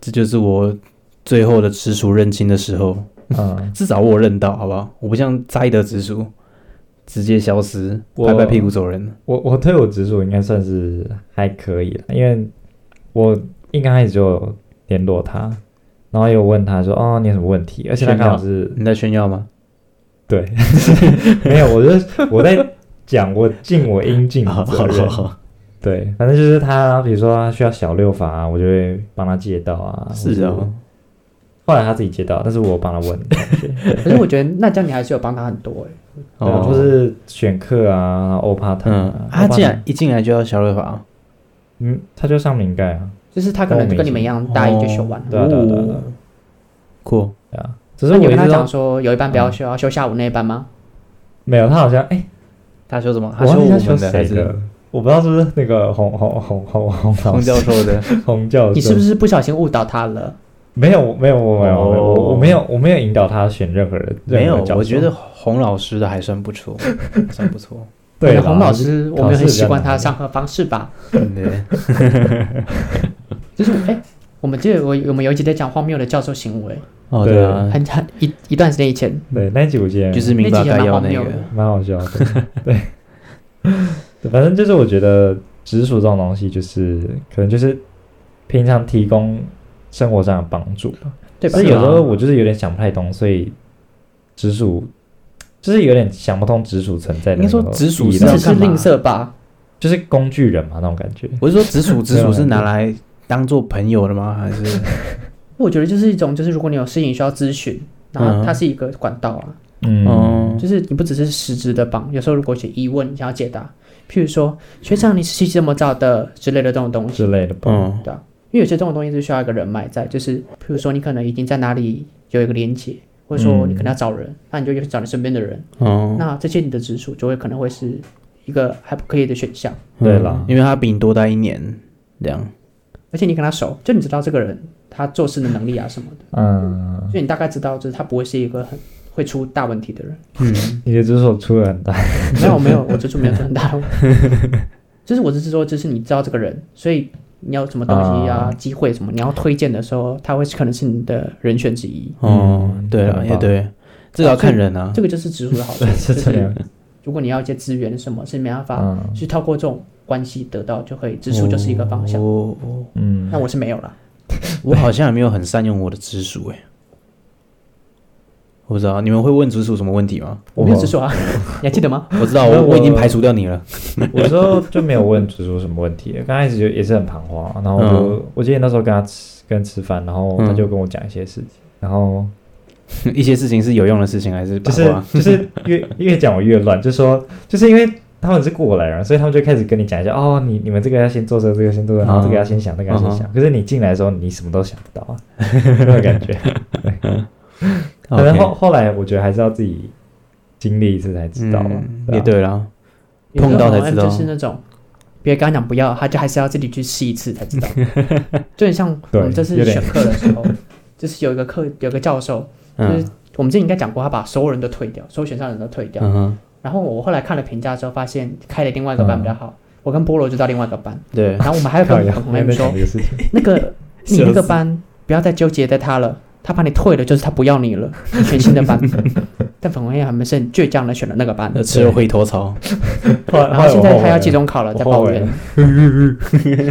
[SPEAKER 2] 这就是我最后的直属认亲的时候，
[SPEAKER 3] 嗯，
[SPEAKER 2] 至少我有认到，好不好？我不像摘得直属，直接消失，
[SPEAKER 3] 我
[SPEAKER 2] 拍拍屁股走人。
[SPEAKER 3] 我我对我直属应该算是还可以了，因为我一刚开始就有联络他，然后有问他说哦你有什么问题，而且他
[SPEAKER 2] 炫耀
[SPEAKER 3] 刚好是
[SPEAKER 2] 你在炫耀吗？
[SPEAKER 3] 对， 没有，我就是我在讲我尽我应尽的责 任。对，反正就是他，比如说他需要小六法、啊，我就会帮他借到啊。
[SPEAKER 2] 是
[SPEAKER 3] 啊、
[SPEAKER 2] 哦
[SPEAKER 3] 后来他自己借到，但是我帮 他问，
[SPEAKER 1] 可是我觉得那这样你还是有帮他很多哎，
[SPEAKER 3] 对啊
[SPEAKER 2] 哦，
[SPEAKER 3] 就是选课啊，然后欧帕堂
[SPEAKER 2] 嗯
[SPEAKER 3] 啊，，
[SPEAKER 2] 他
[SPEAKER 3] 欧帕
[SPEAKER 2] 竟
[SPEAKER 3] 堂
[SPEAKER 2] 然一进来就要小瑞法，
[SPEAKER 3] 嗯，他就上瓶盖啊，
[SPEAKER 1] 就是他可能就跟你们一样，大一就修完
[SPEAKER 2] 哦
[SPEAKER 1] 了。
[SPEAKER 3] 对啊对啊对啊对啊，
[SPEAKER 2] 酷，
[SPEAKER 3] 对啊，
[SPEAKER 1] 只
[SPEAKER 3] 只是
[SPEAKER 1] 是
[SPEAKER 2] 哦
[SPEAKER 3] 我
[SPEAKER 1] 你有
[SPEAKER 3] 一
[SPEAKER 1] 跟他
[SPEAKER 3] 直
[SPEAKER 1] 讲
[SPEAKER 3] 都
[SPEAKER 1] 说有一班不要修，要修下午那一班吗？
[SPEAKER 3] 没有，他好像哎，
[SPEAKER 2] 他修什么？
[SPEAKER 3] 我
[SPEAKER 2] 修
[SPEAKER 3] 忘
[SPEAKER 2] 我
[SPEAKER 3] 记他
[SPEAKER 2] 们
[SPEAKER 3] 求
[SPEAKER 2] 的还
[SPEAKER 3] 谁
[SPEAKER 2] 是
[SPEAKER 3] 了，我不知道是不是那个洪洪洪洪洪老
[SPEAKER 2] 洪
[SPEAKER 3] 师
[SPEAKER 2] 教授的？
[SPEAKER 3] 洪教
[SPEAKER 2] 哦
[SPEAKER 3] 授，
[SPEAKER 1] 你是不是不小心误导他了？
[SPEAKER 3] 没有，我没有，我没有，我没有
[SPEAKER 2] 哦
[SPEAKER 3] 我我没有，我没有引导他选任何人，
[SPEAKER 2] 没有
[SPEAKER 3] 任何，教授
[SPEAKER 2] 我觉得洪老师的还算不 错，算不错。
[SPEAKER 3] 对
[SPEAKER 1] 可
[SPEAKER 3] 啦
[SPEAKER 1] 能洪老，师，
[SPEAKER 3] 考试
[SPEAKER 1] 我们很
[SPEAKER 2] 啊
[SPEAKER 3] 比较
[SPEAKER 1] 习惯他
[SPEAKER 3] 难
[SPEAKER 1] 的上课方式吧。
[SPEAKER 2] 对，
[SPEAKER 1] 就是哎、我们记得我我们有一集在讲荒谬的教授行为，
[SPEAKER 2] 哦
[SPEAKER 3] 对
[SPEAKER 2] 对啊，
[SPEAKER 1] 很很一一段时间以前，
[SPEAKER 3] 对那一集我记得
[SPEAKER 2] 就是明白
[SPEAKER 1] 那集也
[SPEAKER 2] 概
[SPEAKER 1] 蛮
[SPEAKER 2] 要
[SPEAKER 1] 荒
[SPEAKER 2] 那
[SPEAKER 1] 谬
[SPEAKER 2] 个
[SPEAKER 1] 的，
[SPEAKER 3] 蛮好笑的， 对，对反正就是我觉得直属这种东西，就是可能就是平常提供生活上的帮助吧。
[SPEAKER 1] 对吧？
[SPEAKER 3] 但是有时
[SPEAKER 2] 是啊
[SPEAKER 3] 候我就是有点想不太通，所以直属就是有点想不通直属存在的
[SPEAKER 2] 应该
[SPEAKER 3] 那个意义
[SPEAKER 2] 说
[SPEAKER 3] 啦。
[SPEAKER 2] 直属
[SPEAKER 1] 只
[SPEAKER 2] 要
[SPEAKER 1] 是
[SPEAKER 2] 干嘛
[SPEAKER 1] 吝啬吧？
[SPEAKER 3] 就是工具人嘛那种感觉。
[SPEAKER 2] 我是说直 属，直
[SPEAKER 3] 没有
[SPEAKER 2] 属
[SPEAKER 3] 啦
[SPEAKER 2] 是拿来当做朋友的吗？还是
[SPEAKER 1] 我觉得就是一种，就是如果你有事情需要咨询，然后它是一个管道啊，
[SPEAKER 3] 嗯，
[SPEAKER 2] 嗯
[SPEAKER 1] 就是你不只是实质的帮，有时候如果有些疑问你想要解答，譬如说学长你实习怎么找的之类的这种东西，
[SPEAKER 3] 之类的吧。
[SPEAKER 2] 嗯
[SPEAKER 1] 哦因为有些这种东西是需要一个人脉在，就是譬如说你可能已经在哪里有一个连接，或者说
[SPEAKER 3] 嗯
[SPEAKER 1] 你可能要找人，那你就去找你身边的人，
[SPEAKER 2] 哦，
[SPEAKER 1] 那这些你的直属就会可能会是一个还不可以的选项。
[SPEAKER 3] 对啦
[SPEAKER 2] 嗯因为他比你多待一年，这样
[SPEAKER 1] 而且你跟他熟，就你知道这个人他做事的能力啊什么的，
[SPEAKER 3] 嗯，
[SPEAKER 1] 所以你大概知道，就是他不会是一个很会出大问题的人。 嗯
[SPEAKER 3] 你的这手出的很大。
[SPEAKER 1] 没有没有，我这次没有出很大的问题， 就是我只是说，就是你知道这个人，所以你有什么东西啊、
[SPEAKER 3] 啊
[SPEAKER 1] 机会什么，你要推荐的时候，他会可能是你的人选之一。
[SPEAKER 2] 哦
[SPEAKER 3] 嗯，
[SPEAKER 2] 对
[SPEAKER 3] 很
[SPEAKER 2] 了，
[SPEAKER 3] 棒
[SPEAKER 2] 也对，这个要看人啊
[SPEAKER 1] 哦这，个就是直属的好处，
[SPEAKER 3] 是
[SPEAKER 1] 就
[SPEAKER 3] 这
[SPEAKER 1] 是
[SPEAKER 3] 样，
[SPEAKER 1] 如果你要一些资源什么，是没办法、
[SPEAKER 3] 嗯
[SPEAKER 1] 去透过这种关系得到，就可以直属就是一个方
[SPEAKER 3] 哦
[SPEAKER 1] 向。
[SPEAKER 2] 我我
[SPEAKER 1] 那
[SPEAKER 3] 嗯，
[SPEAKER 1] 我是没有啦，
[SPEAKER 2] 我好像也没有很善用我的直属哎，我不知道你们会问直属什么问题吗？
[SPEAKER 1] 我没有直属啊，
[SPEAKER 3] 哦
[SPEAKER 1] 你还记得吗？
[SPEAKER 2] 我知道，
[SPEAKER 3] 那
[SPEAKER 2] 我
[SPEAKER 3] 我
[SPEAKER 2] 我已经排除掉你了。
[SPEAKER 3] 我时候就没有问直属什么问题，刚开始就也是很彷徨，然后我就、我记得那时候跟他吃跟吃饭，然后他就跟我讲一些事情，然后
[SPEAKER 2] 一些事情是有用的事情，还是
[SPEAKER 3] 就
[SPEAKER 2] 八
[SPEAKER 3] 是
[SPEAKER 2] 卦？
[SPEAKER 3] 就是越越讲我越乱，就说就是因为他们是过来人，所以他们就开始跟你讲一下哦，你你们这个要先做这个，这个先做这个，然后这个要先想，那个要先想，可是你进来的时候你什么都想不到啊，那种感觉。可能
[SPEAKER 2] OK
[SPEAKER 3] 后后来我觉得还是要自己经历一次才知道嘛啊
[SPEAKER 2] 嗯，
[SPEAKER 1] 啊
[SPEAKER 3] 吧
[SPEAKER 2] 也对啦，碰到才知
[SPEAKER 1] 有的
[SPEAKER 2] 道
[SPEAKER 1] OM 就是那种别人跟他讲不要，他就还是要自己去试一次才知 道。就很像我们这次
[SPEAKER 3] 对有点
[SPEAKER 1] 选课的时候，就是有一个课有个教授，就是
[SPEAKER 2] 嗯
[SPEAKER 1] 我们之前应该讲过，他把所有人都退掉，所有选上的人都退掉。
[SPEAKER 2] 嗯哼，
[SPEAKER 1] 然后我后来看了评价之后，发现开了另外一个班比较好。我跟菠萝就到另外一个班，
[SPEAKER 2] 对，
[SPEAKER 1] 然后我们还有
[SPEAKER 3] 嗯靠
[SPEAKER 1] 跟
[SPEAKER 3] 呀
[SPEAKER 1] 朋
[SPEAKER 3] 没有
[SPEAKER 1] 友
[SPEAKER 3] 在
[SPEAKER 1] 说
[SPEAKER 3] 讲，这个事 情，
[SPEAKER 1] 那 个你那个班不要再纠结在他了，他把你退了就是他不要你了，你选新的班。 但粉红叶还们是很倔强的选了那个班
[SPEAKER 2] 那，吃了回头草，
[SPEAKER 3] 后来
[SPEAKER 1] 然后现在他要期
[SPEAKER 3] 记
[SPEAKER 1] 中考了，
[SPEAKER 3] 我
[SPEAKER 1] 在
[SPEAKER 3] 后
[SPEAKER 1] 抱
[SPEAKER 3] 悔
[SPEAKER 1] 怨
[SPEAKER 3] 了。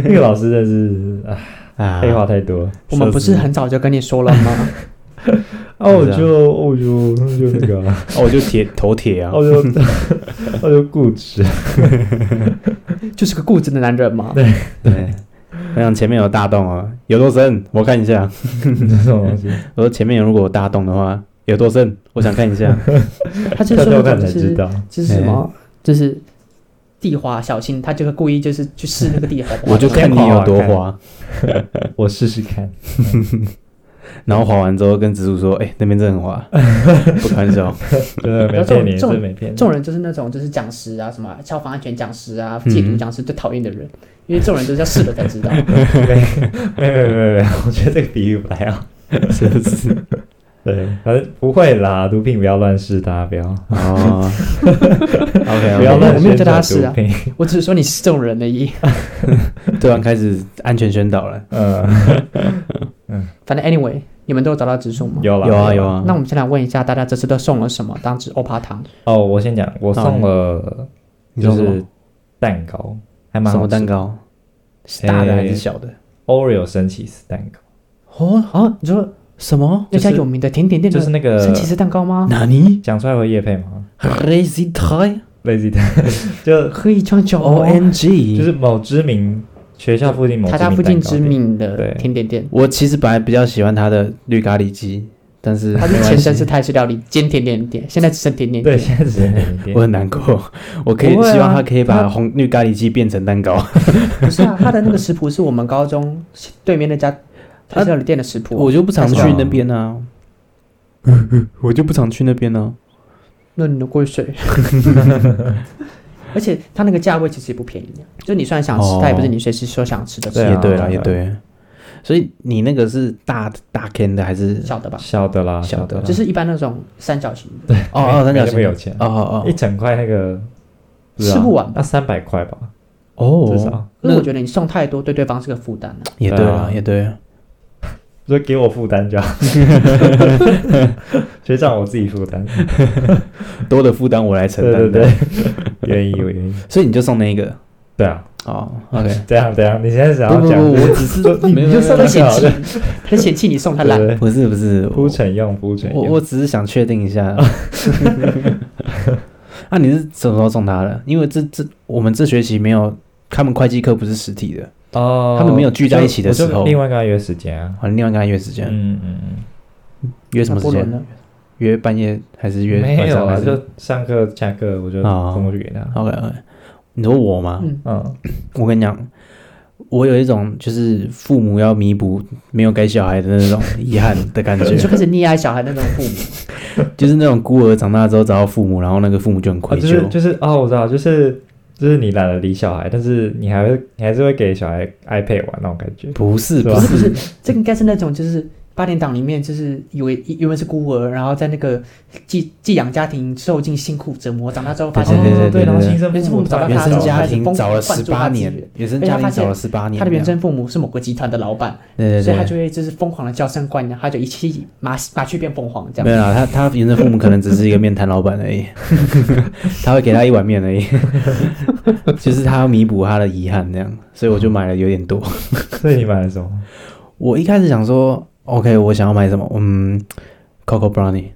[SPEAKER 3] 那个老师真的是啊，
[SPEAKER 2] 啊
[SPEAKER 3] 废话太多了。
[SPEAKER 1] 我们不是很早就跟你说了吗？
[SPEAKER 3] 啊，我就我就就那个 啊，
[SPEAKER 2] 哦，我就铁头铁啊
[SPEAKER 3] 我，就我就固执。
[SPEAKER 1] 就是个固执的男人嘛。
[SPEAKER 2] 对，我想前面有大洞啊，有多深？我看一下。
[SPEAKER 3] 这种东西，
[SPEAKER 2] 我说前面如果有大洞的话，有多深？我想看一下。。
[SPEAKER 1] 他就是
[SPEAKER 3] 跳
[SPEAKER 1] 说那
[SPEAKER 3] 跳看
[SPEAKER 1] 种
[SPEAKER 3] 才
[SPEAKER 1] 就
[SPEAKER 3] 知
[SPEAKER 1] 是
[SPEAKER 3] 道。
[SPEAKER 1] 就是什么，就是地滑小心，他就会故意就是去试那个地滑
[SPEAKER 2] 我就看你有多
[SPEAKER 3] 先滑
[SPEAKER 2] 滑，
[SPEAKER 3] 我试试看。
[SPEAKER 2] 然后滑完之后跟直属说：“哎、那边真的很滑，不开玩笑。
[SPEAKER 3] 真的没
[SPEAKER 1] 这种
[SPEAKER 3] 骗你，
[SPEAKER 1] 这种
[SPEAKER 3] 真的没骗
[SPEAKER 1] 这
[SPEAKER 3] 你。
[SPEAKER 1] 种人就是那种就是讲师啊，什么消防安全讲师啊、戒毒讲师最讨厌的人，因为这种人就是要试了才知道。
[SPEAKER 3] 没有没有没有没有，我觉得这个比喻不太好。”
[SPEAKER 2] 是不是？
[SPEAKER 3] 对，反正不会啦，毒品不要乱试，大家不要
[SPEAKER 2] 哦，OK，
[SPEAKER 3] 不要
[SPEAKER 1] 没有
[SPEAKER 3] 乱
[SPEAKER 1] 我没有
[SPEAKER 3] 宣
[SPEAKER 1] 叫大家
[SPEAKER 3] 传
[SPEAKER 1] 试啊
[SPEAKER 3] 毒品。
[SPEAKER 1] 我只是说你是这种人而已。
[SPEAKER 2] 对方开始安全宣导了。
[SPEAKER 3] 嗯，
[SPEAKER 1] 反正 anyway，你们都有找到植树吗？
[SPEAKER 3] 有啦
[SPEAKER 2] 有啊有。啊
[SPEAKER 1] 那，我们先来问一下大家这次都送了什么当植欧帕糖？
[SPEAKER 3] 哦，我先讲，我送了
[SPEAKER 2] 你
[SPEAKER 3] 就
[SPEAKER 2] 说什
[SPEAKER 3] 是
[SPEAKER 2] 么？
[SPEAKER 3] 蛋糕，还蛮
[SPEAKER 2] 什
[SPEAKER 3] 好
[SPEAKER 2] 么
[SPEAKER 3] 吃
[SPEAKER 2] 蛋糕？是
[SPEAKER 3] 哎
[SPEAKER 2] 大的还是小的？
[SPEAKER 3] ？Oreo 生起司蛋糕，
[SPEAKER 2] 哦啊，你说什么？
[SPEAKER 1] 那
[SPEAKER 3] 就是
[SPEAKER 1] 家有名的甜点店
[SPEAKER 3] 就
[SPEAKER 1] 的
[SPEAKER 3] 是那个
[SPEAKER 1] 神奇士蛋糕吗？
[SPEAKER 2] 哪里
[SPEAKER 3] 讲出来会夜配吗
[SPEAKER 2] ？Crazy Thai
[SPEAKER 3] ？Lazy 蛋，就
[SPEAKER 1] 可以这样叫
[SPEAKER 2] O
[SPEAKER 1] 哦，
[SPEAKER 2] N G，
[SPEAKER 3] 就是某知名学校附近某
[SPEAKER 1] 他
[SPEAKER 3] 知
[SPEAKER 1] 家
[SPEAKER 3] 名
[SPEAKER 1] 附近
[SPEAKER 3] 蛋糕
[SPEAKER 1] 知
[SPEAKER 3] 店，
[SPEAKER 1] 名的
[SPEAKER 3] 对
[SPEAKER 1] 甜点 店，
[SPEAKER 2] 我其实本来比较喜欢它的绿咖喱鸡，但是
[SPEAKER 1] 它
[SPEAKER 2] 没
[SPEAKER 1] 是
[SPEAKER 2] 关
[SPEAKER 1] 前
[SPEAKER 2] 系
[SPEAKER 1] 身是泰式料理兼甜点店，现在只剩甜点
[SPEAKER 3] 对，
[SPEAKER 1] 店。
[SPEAKER 3] 现在只是那一
[SPEAKER 2] 我
[SPEAKER 3] 店。
[SPEAKER 2] 很难过，我可以、
[SPEAKER 3] 不会啊
[SPEAKER 2] 希望他可以把红绿咖喱鸡变成蛋糕。
[SPEAKER 1] 不是啊，他的那个食谱是我们高中对面那家泰式料理店的食谱。
[SPEAKER 2] 啊
[SPEAKER 1] 啊
[SPEAKER 2] 我就不常去
[SPEAKER 3] 太爽了
[SPEAKER 2] 那边啊， 我就不常去那边啊呢、
[SPEAKER 1] 那你的贵水， 而且它那个价位其实也不便宜啊，就你虽然想吃
[SPEAKER 2] 哦，
[SPEAKER 1] 它也不是你随时说想吃的
[SPEAKER 3] 对
[SPEAKER 1] 吃
[SPEAKER 3] 啊
[SPEAKER 2] 也对啦，也对。所以你那个是大大 can 的还是？啊
[SPEAKER 1] 小的吧，
[SPEAKER 3] 小的啦，
[SPEAKER 2] 小的
[SPEAKER 3] 的啦，
[SPEAKER 1] 就是一般那种三角形的，
[SPEAKER 2] 哦哦，三角
[SPEAKER 3] 没那
[SPEAKER 2] 形
[SPEAKER 3] 么有钱
[SPEAKER 2] 哦哦
[SPEAKER 3] 一整块那个是啊
[SPEAKER 1] 吃不完吧
[SPEAKER 3] 那三百块吧，
[SPEAKER 2] 哦哦，
[SPEAKER 3] 至少。
[SPEAKER 1] 因为
[SPEAKER 2] 那
[SPEAKER 1] 我觉得你送太多对对方是个负担啊
[SPEAKER 2] 也对
[SPEAKER 3] 对
[SPEAKER 2] 啦，
[SPEAKER 3] 啊
[SPEAKER 2] 也对啊。
[SPEAKER 3] 说给我负担就好，学长我自己负担，
[SPEAKER 2] 多的负担我来承
[SPEAKER 3] 对
[SPEAKER 2] 担。
[SPEAKER 3] 对对，，愿意我愿意，
[SPEAKER 2] 所以你就送那个
[SPEAKER 3] 对啊，
[SPEAKER 2] 哦，OK。
[SPEAKER 3] 这样这样，你现在想
[SPEAKER 2] 不
[SPEAKER 3] 要
[SPEAKER 2] 不
[SPEAKER 3] 讲
[SPEAKER 2] 不，
[SPEAKER 3] 就
[SPEAKER 2] 我
[SPEAKER 3] 是
[SPEAKER 2] 只是
[SPEAKER 3] 你
[SPEAKER 2] 没有
[SPEAKER 3] 你就
[SPEAKER 2] 没有
[SPEAKER 3] 送
[SPEAKER 1] 他
[SPEAKER 3] 那
[SPEAKER 2] 没有
[SPEAKER 1] 嫌
[SPEAKER 3] 小
[SPEAKER 1] 弃
[SPEAKER 3] 的，
[SPEAKER 1] 他嫌弃你送他
[SPEAKER 3] 对
[SPEAKER 1] 烂，
[SPEAKER 3] 对
[SPEAKER 2] 不是不是，
[SPEAKER 3] 铺
[SPEAKER 2] 我
[SPEAKER 3] 陈用铺陈
[SPEAKER 2] 我
[SPEAKER 3] 用，
[SPEAKER 2] 我只是想确定一 下。 那、你是什么时候送他的？因为这这我们这学期没有，他们会计课不是实体的，
[SPEAKER 3] 哦
[SPEAKER 2] 他们没有聚在一起的时候
[SPEAKER 3] 我就另外跟他约时间啊，
[SPEAKER 2] 好，另外跟他约时间，
[SPEAKER 3] 嗯嗯嗯，
[SPEAKER 2] 约什么时
[SPEAKER 1] 那波
[SPEAKER 2] 间
[SPEAKER 1] 伦？呢？
[SPEAKER 2] 约半夜还是约
[SPEAKER 3] 没
[SPEAKER 2] 晚
[SPEAKER 3] 有
[SPEAKER 2] 上
[SPEAKER 3] 啊，
[SPEAKER 2] 还是
[SPEAKER 3] 就上课下课我就
[SPEAKER 2] 哦
[SPEAKER 3] 送过去给他，
[SPEAKER 2] ？OK OK，你说我吗？
[SPEAKER 1] 嗯，
[SPEAKER 3] 嗯，
[SPEAKER 2] 我跟你讲，我有一种就是父母要弥补没有给小孩的那种遗憾的感觉
[SPEAKER 1] 你，就开始溺爱小孩那种父母，
[SPEAKER 2] 就是那种孤儿长大之后找到父母，然后那个父母就很
[SPEAKER 3] 哦
[SPEAKER 2] 愧
[SPEAKER 3] 就
[SPEAKER 2] 疚。
[SPEAKER 3] 是就是哦，我知道，就是就是你懒得理小孩，但是你还会你还是会给小孩 iPad 玩那种感觉，
[SPEAKER 2] 不是
[SPEAKER 3] 是
[SPEAKER 2] 不
[SPEAKER 3] 吧
[SPEAKER 2] 是
[SPEAKER 1] 不是不是，这个应该是那种就是八点档里面就是以为以为是孤儿，然后在那个寄寄养家庭受尽辛苦折磨，长大之后发现
[SPEAKER 2] 对对对
[SPEAKER 3] 哦
[SPEAKER 2] 对
[SPEAKER 3] 然后
[SPEAKER 2] 对
[SPEAKER 3] 新生
[SPEAKER 1] 原生
[SPEAKER 3] 父
[SPEAKER 1] 父
[SPEAKER 3] 母
[SPEAKER 1] 母找到
[SPEAKER 3] 突
[SPEAKER 2] 原
[SPEAKER 3] 然
[SPEAKER 1] 他的
[SPEAKER 2] 生
[SPEAKER 3] 间
[SPEAKER 1] 时候
[SPEAKER 2] 家
[SPEAKER 1] 开始
[SPEAKER 2] 庭
[SPEAKER 1] 疯
[SPEAKER 2] 找了
[SPEAKER 1] 灌
[SPEAKER 2] 十
[SPEAKER 1] 注
[SPEAKER 2] 八
[SPEAKER 1] 他的资
[SPEAKER 2] 年
[SPEAKER 1] 源，
[SPEAKER 2] 原生
[SPEAKER 1] 被
[SPEAKER 2] 家
[SPEAKER 1] 他
[SPEAKER 2] 庭
[SPEAKER 1] 发现
[SPEAKER 2] 找了十八年，
[SPEAKER 1] 他的原生父母是某个集团的老板，
[SPEAKER 2] 对对
[SPEAKER 1] 所以他
[SPEAKER 2] 对，
[SPEAKER 1] 就会就是疯狂的叫声惯鸟，他就一气麻麻雀变凤凰这
[SPEAKER 2] 没
[SPEAKER 1] 样。
[SPEAKER 2] 有啊啦，他他原生父母可能只是一个面摊老板而已， 他会给他一碗面而已， 就是他要弥补他的遗憾这样，所以我就买了有点多。
[SPEAKER 3] 哦所以你买了什么？
[SPEAKER 2] 我一开始想说，OK，我想要买什么？嗯，Coco Brownie，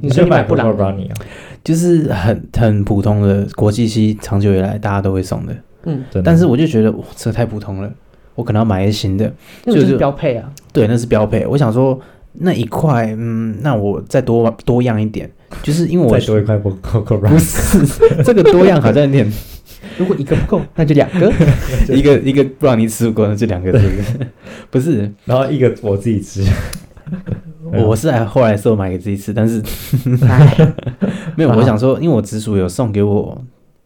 [SPEAKER 1] 你说你买布
[SPEAKER 3] 布
[SPEAKER 1] 朗
[SPEAKER 3] 朗布朗尼啊？
[SPEAKER 2] 就是很很普通的国际期长久以来大家都会送的，
[SPEAKER 1] 嗯，
[SPEAKER 3] 真的
[SPEAKER 2] 但是我就觉得哇，这个太普通了，我可能要买一些新的。
[SPEAKER 1] 那个
[SPEAKER 2] 就
[SPEAKER 1] 就是是标配啊，
[SPEAKER 2] 对，那是标配。我想说那一块，嗯，那我再多多样一点，就是因为我
[SPEAKER 3] 再多一块 Coco
[SPEAKER 2] 不
[SPEAKER 3] Brown，
[SPEAKER 2] 是 这个多样好像有 点
[SPEAKER 1] 如果一个不 够，那就两个。
[SPEAKER 2] 一个一个不让你吃不过，那就两个这个不是。
[SPEAKER 3] 然后一个我自己吃。哎
[SPEAKER 2] 我是还后来是我买给自己吃，但是
[SPEAKER 1] 哎
[SPEAKER 2] 没有。
[SPEAKER 3] 啊
[SPEAKER 2] 我想说，因为我直属有送给我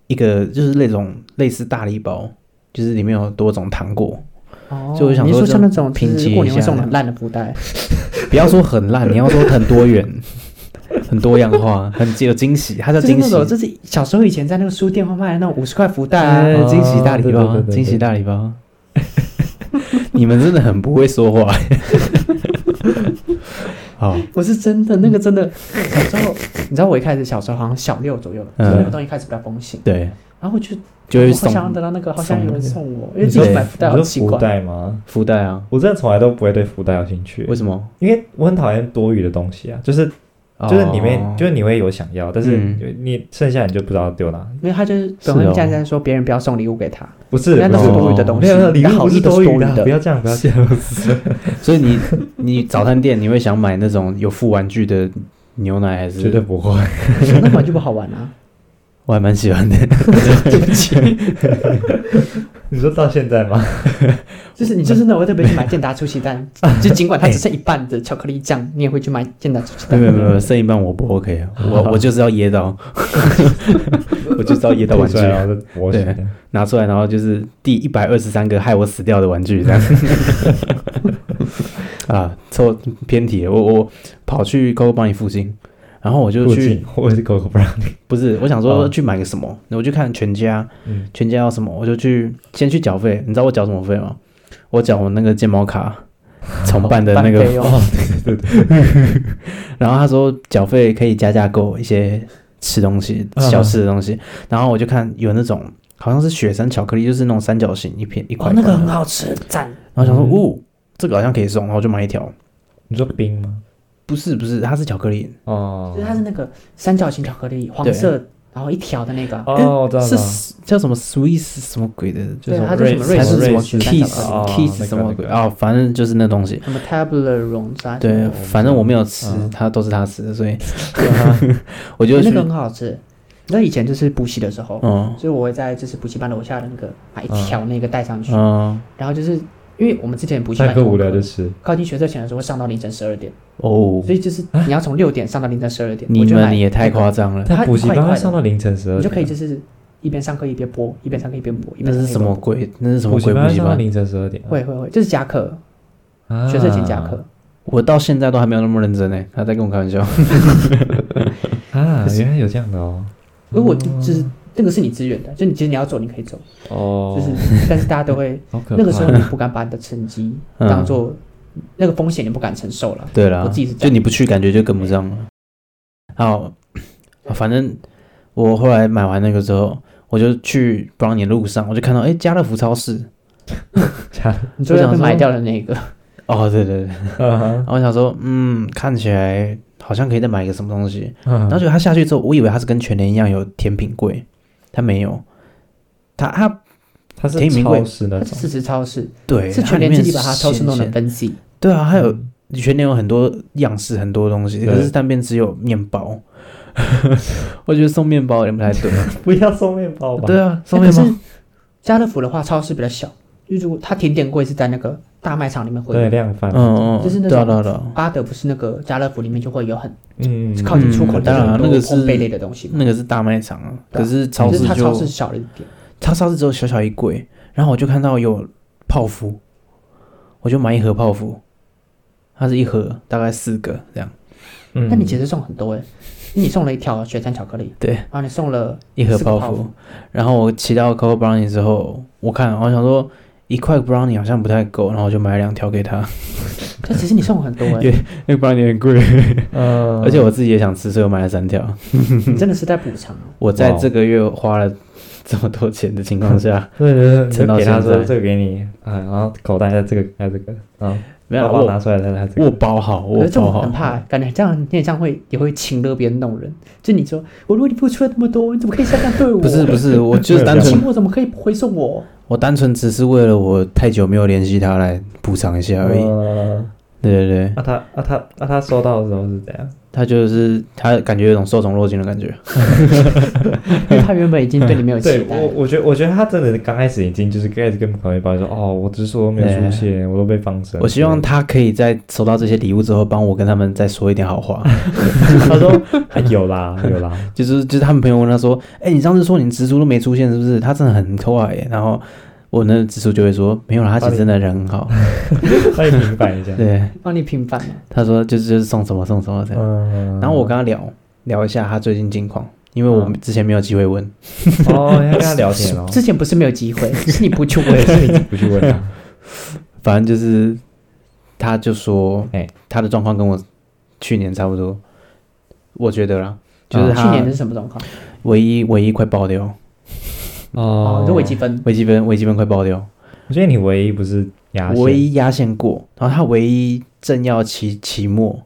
[SPEAKER 2] 一个，就是那种类似大礼包，就是里面有多种糖果。
[SPEAKER 1] 哦
[SPEAKER 2] 所以我想
[SPEAKER 1] 你
[SPEAKER 2] 说
[SPEAKER 1] 说
[SPEAKER 2] 这
[SPEAKER 1] 像那种
[SPEAKER 2] 拼
[SPEAKER 1] 就是
[SPEAKER 2] 接
[SPEAKER 1] 过
[SPEAKER 2] 一
[SPEAKER 1] 年会
[SPEAKER 2] 下
[SPEAKER 1] 送
[SPEAKER 2] 这
[SPEAKER 1] 的
[SPEAKER 2] 样
[SPEAKER 1] 很烂的布袋，
[SPEAKER 2] 不要说很烂，你要说很多元、 很多样化、很有惊喜，它叫
[SPEAKER 1] 就是
[SPEAKER 2] 惊
[SPEAKER 1] 那
[SPEAKER 2] 喜。
[SPEAKER 1] 种，就是小时候以前在那个书店会卖的那种五十块福袋啊，
[SPEAKER 2] 呃，惊喜大礼
[SPEAKER 3] 哦
[SPEAKER 2] 包
[SPEAKER 3] 对对对，对
[SPEAKER 2] 惊喜大礼 包。你们真的很不会说 话。好，
[SPEAKER 1] 我是真的那个真的，小时候你知道我一开始小时候好像小六左右，就
[SPEAKER 2] 嗯
[SPEAKER 1] 那个东西开始比较风行，
[SPEAKER 2] 对，
[SPEAKER 1] 然后我就
[SPEAKER 2] 就会
[SPEAKER 1] 我好
[SPEAKER 2] 送
[SPEAKER 1] 想要得到那个，好像有人送我，因为
[SPEAKER 3] 你
[SPEAKER 1] 自
[SPEAKER 3] 说
[SPEAKER 1] 己买福袋好
[SPEAKER 3] 你
[SPEAKER 1] 奇
[SPEAKER 3] 说福
[SPEAKER 1] 怪，
[SPEAKER 3] 袋吗？
[SPEAKER 2] 福袋啊？
[SPEAKER 3] 我真的从来都不会对福袋有兴趣
[SPEAKER 2] 为，什么？
[SPEAKER 3] 因为我很讨厌多余的东西啊，就是就是里面、
[SPEAKER 2] 哦
[SPEAKER 3] 就是你会有想要，但是
[SPEAKER 2] 嗯
[SPEAKER 3] 你剩下你就不知道丢哪。
[SPEAKER 1] 因为他就是
[SPEAKER 2] 是
[SPEAKER 1] 本会
[SPEAKER 2] 哦
[SPEAKER 1] 战战说别人不要送礼物给他，
[SPEAKER 3] 不是，
[SPEAKER 1] 人家那
[SPEAKER 3] 不
[SPEAKER 1] 是
[SPEAKER 3] 是
[SPEAKER 1] 多余的东西，
[SPEAKER 3] 没有没有礼
[SPEAKER 1] 人家
[SPEAKER 3] 物
[SPEAKER 1] 好
[SPEAKER 3] 不
[SPEAKER 1] 意
[SPEAKER 3] 是
[SPEAKER 1] 都多
[SPEAKER 3] 多余啊
[SPEAKER 1] 余
[SPEAKER 3] 不要这样不要这样。
[SPEAKER 2] 所以你你早餐店你会想买那种有附玩具的牛奶还
[SPEAKER 3] 绝对
[SPEAKER 2] 是？
[SPEAKER 3] 不会，
[SPEAKER 1] 那玩具不好玩啊，
[SPEAKER 2] 我还蛮喜欢的。
[SPEAKER 1] 对不起，
[SPEAKER 3] 你说到现在吗？
[SPEAKER 1] 就是
[SPEAKER 3] 嗯
[SPEAKER 1] 你就是那我会特别去买健达出奇蛋，就尽管它只剩一半的巧克力酱，你也会去买健达出奇
[SPEAKER 2] 没
[SPEAKER 1] 蛋。
[SPEAKER 2] 有没有没有，剩一半我不 OK，啊我我就是要噎到，我就是要噎到玩具
[SPEAKER 3] 吐出，来然后就啊我
[SPEAKER 2] 对拿出来，然后就是第一百二十三个害我死掉的玩具这样。 啊，错偏题了，我我跑去 Coco 帮你附近，然后我就
[SPEAKER 3] 附
[SPEAKER 2] 去，
[SPEAKER 3] 近我是 Coco Brownie，
[SPEAKER 2] 不是我想说
[SPEAKER 3] 哦
[SPEAKER 2] 去买个什么，那我就看全家，
[SPEAKER 3] 嗯，
[SPEAKER 2] 全家要什么，我就去先去缴费。你知道我缴什么费吗？我缴我那个健保卡重 办的那个
[SPEAKER 1] 半，杯哦
[SPEAKER 2] 然后他说缴费可以加价购一些吃东西、
[SPEAKER 3] 嗯
[SPEAKER 2] 小吃的东西。然后我就看有那种好像是雪山巧克力，就是那种三角形一片一块
[SPEAKER 1] 哦
[SPEAKER 2] 一，
[SPEAKER 1] 那
[SPEAKER 2] 块
[SPEAKER 1] 个
[SPEAKER 2] 的
[SPEAKER 1] 很。好吃，赞。
[SPEAKER 2] 然后想说，
[SPEAKER 3] 嗯
[SPEAKER 2] 哦，这个好像可以送，然后我就买一条。
[SPEAKER 3] 你说冰吗？
[SPEAKER 2] 不是不是，它是巧克力，
[SPEAKER 3] 哦
[SPEAKER 1] 就是它是那个三角形巧克力，黄色，然后一条的那个。
[SPEAKER 3] 哦，我知道了
[SPEAKER 2] 是，叫什么 Swiss 什么鬼的，就
[SPEAKER 1] 对，
[SPEAKER 2] 是
[SPEAKER 1] 它叫什么
[SPEAKER 3] 瑞
[SPEAKER 1] 瑞
[SPEAKER 2] 还
[SPEAKER 1] 士
[SPEAKER 2] 是什么
[SPEAKER 3] 瑞士
[SPEAKER 2] Kiss
[SPEAKER 3] 哦那
[SPEAKER 2] Kiss
[SPEAKER 3] 个
[SPEAKER 2] 什么
[SPEAKER 3] 那个
[SPEAKER 2] 鬼
[SPEAKER 3] 哦
[SPEAKER 2] 啊？反正就是那东西。
[SPEAKER 1] 什么嗯 Toblerone 啥？
[SPEAKER 2] 对，反正我没有吃
[SPEAKER 3] 嗯，
[SPEAKER 2] 他都是他吃的， 所以
[SPEAKER 1] 对
[SPEAKER 2] 我就
[SPEAKER 1] 那
[SPEAKER 2] 去
[SPEAKER 1] 个，很好吃。你知道以前就是补习的时候，
[SPEAKER 2] 嗯
[SPEAKER 1] 所以我会在就是补习班楼下的那个买一条那个带上去，
[SPEAKER 2] 嗯，
[SPEAKER 1] 然后就是因为我们之前补习
[SPEAKER 3] 下
[SPEAKER 1] 班
[SPEAKER 3] 课无聊就吃，
[SPEAKER 1] 靠近学测前的时候会上到凌晨十二点，
[SPEAKER 2] 哦，
[SPEAKER 1] 所以就是你要从六点上到凌晨十二点，
[SPEAKER 2] 啊你
[SPEAKER 1] 我就买
[SPEAKER 2] 们也太夸张了，
[SPEAKER 1] 它
[SPEAKER 3] 但补习
[SPEAKER 1] 一块
[SPEAKER 3] 班
[SPEAKER 1] 一块
[SPEAKER 3] 会
[SPEAKER 1] 的
[SPEAKER 3] 上到凌晨十二
[SPEAKER 1] 你就
[SPEAKER 3] 点，啊
[SPEAKER 1] 可以就是一边上课一边播，一边上课一边播，一
[SPEAKER 2] 那
[SPEAKER 1] 边上课一
[SPEAKER 2] 是什
[SPEAKER 1] 边
[SPEAKER 2] 么
[SPEAKER 1] 播
[SPEAKER 2] 鬼？那是什么
[SPEAKER 3] 补习
[SPEAKER 2] 鬼补
[SPEAKER 3] 班
[SPEAKER 2] 习
[SPEAKER 3] 上到
[SPEAKER 2] 班？
[SPEAKER 3] 凌晨十二点，
[SPEAKER 1] 会会会，就是加课，
[SPEAKER 3] 啊
[SPEAKER 1] 学测前加课，
[SPEAKER 2] 我到现在都还没有那么认真呢，欸他在跟我开玩笑。
[SPEAKER 3] 啊，原来有这样的哦，
[SPEAKER 1] 如果就是那个是你自愿的，就你其实你要走你可以走，
[SPEAKER 3] 哦
[SPEAKER 1] 就是但是大家都会
[SPEAKER 3] 好可怕，
[SPEAKER 1] 那个时 候你不敢把你的成绩
[SPEAKER 2] 嗯
[SPEAKER 1] 当做那个风险，你不敢承受了。
[SPEAKER 2] 对啦
[SPEAKER 1] 我自己是，这样
[SPEAKER 2] 就你不去，感觉就跟不上了。好，反正我后来买完那个之后，我就去 b r o w n 路上，我就看到哎，诶家乐福超市，
[SPEAKER 3] 加
[SPEAKER 1] 你最后
[SPEAKER 2] 我
[SPEAKER 1] 被
[SPEAKER 2] 想说
[SPEAKER 1] 买掉的那个，
[SPEAKER 2] 哦，对对对，然
[SPEAKER 3] 嗯
[SPEAKER 2] 后我想说，嗯，看起来好像可以再买一个什么东西，
[SPEAKER 3] 嗯
[SPEAKER 2] 然后结果他下去之后，我以为他是跟全联一样有甜品柜，他没有，他他
[SPEAKER 3] 它是
[SPEAKER 2] 田明贵
[SPEAKER 3] 超市那
[SPEAKER 1] 它
[SPEAKER 3] 种
[SPEAKER 1] 是，四十超市，
[SPEAKER 2] 对
[SPEAKER 1] 是
[SPEAKER 2] 它
[SPEAKER 1] 全
[SPEAKER 2] 里
[SPEAKER 1] 联
[SPEAKER 2] 面
[SPEAKER 1] 自己把它超市
[SPEAKER 2] 咸
[SPEAKER 1] 弄得
[SPEAKER 2] 咸
[SPEAKER 1] fancy，
[SPEAKER 2] 对啊，还有
[SPEAKER 3] 嗯
[SPEAKER 2] 全联有很多样式，很多东西，
[SPEAKER 3] 对
[SPEAKER 2] 可是但边只有面包， 我觉得送面包有点不太对，
[SPEAKER 3] 不要送面包吧？
[SPEAKER 2] 对啊，送
[SPEAKER 1] 哎可
[SPEAKER 2] 面包
[SPEAKER 1] 是家乐福的话，超市比较小，就如果它甜点柜是在那个大卖场里面会
[SPEAKER 3] 对，
[SPEAKER 1] 有，
[SPEAKER 3] 量贩，
[SPEAKER 2] 嗯嗯，
[SPEAKER 1] 就是那
[SPEAKER 2] 对啊
[SPEAKER 1] 种
[SPEAKER 2] 对啊对啊，
[SPEAKER 1] 巴德不是那个家乐福里面就会有很
[SPEAKER 3] 嗯，
[SPEAKER 1] 靠近出口
[SPEAKER 2] 嗯当然
[SPEAKER 1] 的
[SPEAKER 2] 啊
[SPEAKER 1] 很多
[SPEAKER 2] 那个是
[SPEAKER 1] 烘焙类的东西嘛，
[SPEAKER 2] 那个是大卖场啊，
[SPEAKER 1] 对啊
[SPEAKER 2] 可是超
[SPEAKER 1] 只
[SPEAKER 2] 市
[SPEAKER 1] 是它超市
[SPEAKER 2] 就
[SPEAKER 1] 小了一点，
[SPEAKER 2] 它超市只有小小一柜，然后我就看到有泡芙，我就买一盒泡芙，它是一盒大概四个这样，
[SPEAKER 3] 嗯，
[SPEAKER 1] 但你其实送很多哎，因为你送了一条雪山巧克力，
[SPEAKER 2] 对。
[SPEAKER 1] 然后你送了
[SPEAKER 2] 一盒
[SPEAKER 1] 四个
[SPEAKER 2] 泡
[SPEAKER 1] 泡
[SPEAKER 2] 芙
[SPEAKER 1] 芙，
[SPEAKER 2] 然后我骑到 Coco Brownie 之后，我看我想说一块 Brownie 好像不太够，然后我就买了两条给他。
[SPEAKER 1] 但其实你送很 多哎
[SPEAKER 2] 对， 那个 Brownie 很贵，
[SPEAKER 3] 嗯，
[SPEAKER 2] 而且我自己也想吃，所以我买了三条。
[SPEAKER 1] 你真的是在补偿哦。
[SPEAKER 2] 我在这个月花了这么多钱的情况下，
[SPEAKER 3] 对对
[SPEAKER 2] 撑
[SPEAKER 3] 对，
[SPEAKER 2] 到
[SPEAKER 3] 就给他
[SPEAKER 2] 现在
[SPEAKER 3] 说这个给你，啊，然后口袋在这个，在这个，然后
[SPEAKER 2] 没有
[SPEAKER 3] 包包
[SPEAKER 2] 我
[SPEAKER 3] 拿出来，他他这
[SPEAKER 2] 我
[SPEAKER 3] 个，
[SPEAKER 2] 包好，
[SPEAKER 1] 可
[SPEAKER 2] 我
[SPEAKER 1] 是这
[SPEAKER 2] 包
[SPEAKER 1] 种很
[SPEAKER 2] 哦好。
[SPEAKER 1] 怕，感觉这样你也这样会也会情勒别人弄人。就你说我如果你付出了那么多，你怎么可以这样对我？
[SPEAKER 2] 不是不是，我就是单
[SPEAKER 1] 你
[SPEAKER 2] 纯
[SPEAKER 1] 请，我怎么可以不回送我？
[SPEAKER 2] 我单纯只是为了我太久没有联系他来补偿一下而已。
[SPEAKER 3] 嗯
[SPEAKER 2] 对对对，
[SPEAKER 3] 那他啊他啊他收到的时候是怎样？
[SPEAKER 2] 他就是他感觉有种受宠若惊的感觉。
[SPEAKER 1] 因为他原本已经对你没有期
[SPEAKER 3] 对
[SPEAKER 1] 待
[SPEAKER 3] 我，。我觉得我觉得他真的刚开始已经就是开始跟朋友抱怨说，哦，我只是说没有出现，我都被放生。
[SPEAKER 2] 我希望他可以在收到这些礼物之后，帮我跟他们再说一点好话。
[SPEAKER 3] 他 说啊有啦有啦，
[SPEAKER 2] 就是就是他们朋友问他说：“哎、你上次说你蜘蛛都没出现，是不是？他真的很可爱耶。”然后我那蜘蛛就会说：“没有啦，他其实真的人很好。。
[SPEAKER 3] 那你明白一下
[SPEAKER 2] 对，
[SPEAKER 1] 帮你平反了，
[SPEAKER 2] 他说：“就是就是送什么送什么这样。
[SPEAKER 3] 嗯
[SPEAKER 2] 然后我跟他聊聊一下他最近近况，因为我
[SPEAKER 3] 嗯
[SPEAKER 2] 之前没有机会问。
[SPEAKER 3] 哦，要跟他聊 天哦，
[SPEAKER 1] 之前不是没有机会，是你不去
[SPEAKER 3] 对，
[SPEAKER 1] 问。
[SPEAKER 3] 是 你不去问他，
[SPEAKER 2] 反正就是他就说，哎、
[SPEAKER 3] 哎
[SPEAKER 2] 他的状况跟我去年差不多，我觉得啦，就是
[SPEAKER 3] 嗯
[SPEAKER 2] 他
[SPEAKER 1] 哦去年是什么状况？
[SPEAKER 2] 唯一唯一快爆掉，
[SPEAKER 1] 哦，
[SPEAKER 3] 哦
[SPEAKER 1] 你说微积分，
[SPEAKER 2] 微积分微积分快爆掉。”
[SPEAKER 3] 我觉得你唯一不是牙线，
[SPEAKER 2] 唯一压线过，然后他唯一正要期期末，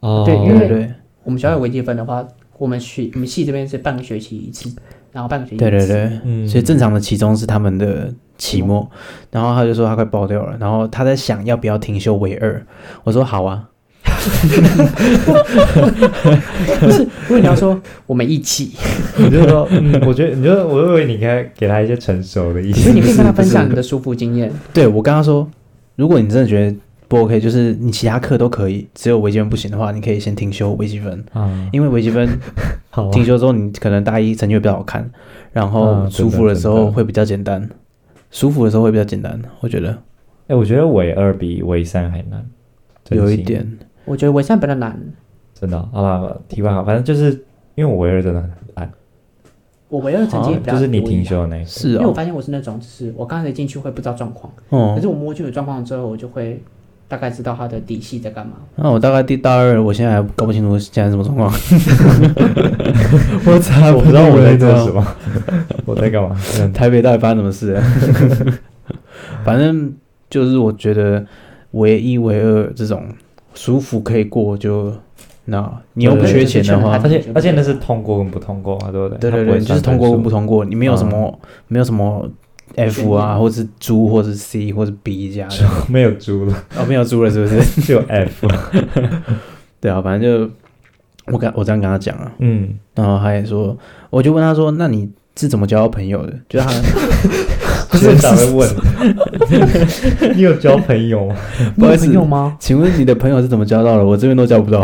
[SPEAKER 3] 哦
[SPEAKER 1] 对因
[SPEAKER 2] 对
[SPEAKER 1] 为
[SPEAKER 2] 对
[SPEAKER 1] 我们学校有微积分的话，我们学我们系这边是半个学期一次，然后半个学期一
[SPEAKER 2] 对
[SPEAKER 1] 次。
[SPEAKER 2] 对对，
[SPEAKER 3] 嗯
[SPEAKER 2] 所以正常的期中是他们的期末，然后他就说他快爆掉了，然后他在想要不要停休为二，我说好啊，
[SPEAKER 1] 不是，如果你要说我们一 起，
[SPEAKER 3] 你就说，嗯，我觉得，你就我认为你应该给他一些成熟的意
[SPEAKER 1] 所以你
[SPEAKER 3] 见。
[SPEAKER 1] 可以跟他分享你的舒服经验。
[SPEAKER 2] 对我跟他说，如果你真的觉得不 OK，就是你其他课都可以，只有微积分不行的话，你可以先停修微积分，
[SPEAKER 3] 啊，
[SPEAKER 2] 因为微积分
[SPEAKER 3] 好啊，
[SPEAKER 2] 停修之后，你可能大一成绩会比较好看，然后
[SPEAKER 3] 啊
[SPEAKER 2] 舒服的时
[SPEAKER 3] 真
[SPEAKER 2] 候
[SPEAKER 3] 的
[SPEAKER 2] 会比较简单，舒服的时候会比较简单，我觉得
[SPEAKER 3] 哎，我觉得伪二比伪三还难，真
[SPEAKER 2] 有一
[SPEAKER 3] 心
[SPEAKER 2] 点
[SPEAKER 1] 我觉得我现在比较难，
[SPEAKER 3] 真的。好吧，题外话，反正就是因为我伪二真的很烂，
[SPEAKER 1] 我唯二成绩也比较
[SPEAKER 3] 就是你
[SPEAKER 1] 低
[SPEAKER 3] 停，修的那一个，
[SPEAKER 2] 是
[SPEAKER 1] 因为我
[SPEAKER 2] 哦，
[SPEAKER 1] 发现我是那种，就是我刚才进去会不知道状况，可
[SPEAKER 2] 哦，
[SPEAKER 1] 是我摸清楚状况之后，我就会大概知道他的底细在干嘛。
[SPEAKER 2] 那我大概第大二，我现在还搞不清楚现在什么 状况，我咋
[SPEAKER 3] 我不知道我在做 什么，我在干嘛。
[SPEAKER 2] 台北到底发生什么事、 反正就是我觉得唯一唯二这种舒服可以过就那，你又不缺钱的话
[SPEAKER 1] 对，
[SPEAKER 3] 而且而且那是通过跟不通过嘛，对不对？
[SPEAKER 2] 对对
[SPEAKER 3] 它不
[SPEAKER 2] 对，
[SPEAKER 3] 会
[SPEAKER 2] 就是通过
[SPEAKER 3] 算
[SPEAKER 2] 或
[SPEAKER 3] 分数
[SPEAKER 2] 不通过，你没有什么、没有什么 F 啊，或是猪，或是 C，或是 B 这 样的。
[SPEAKER 3] 没有猪了，
[SPEAKER 2] 哦，没有猪了是不 是？
[SPEAKER 3] 只有 F。
[SPEAKER 2] 对啊，反正就我跟我这样跟他讲啊，
[SPEAKER 3] 嗯，
[SPEAKER 2] 然后他也说，我就问他说，那你是怎么交到朋友的？就是他。
[SPEAKER 3] 学长会问， 你有交朋友吗？
[SPEAKER 2] 不好意思
[SPEAKER 1] 你有朋友吗？
[SPEAKER 2] 请问你的朋友是怎么交到的？我这边都交不到。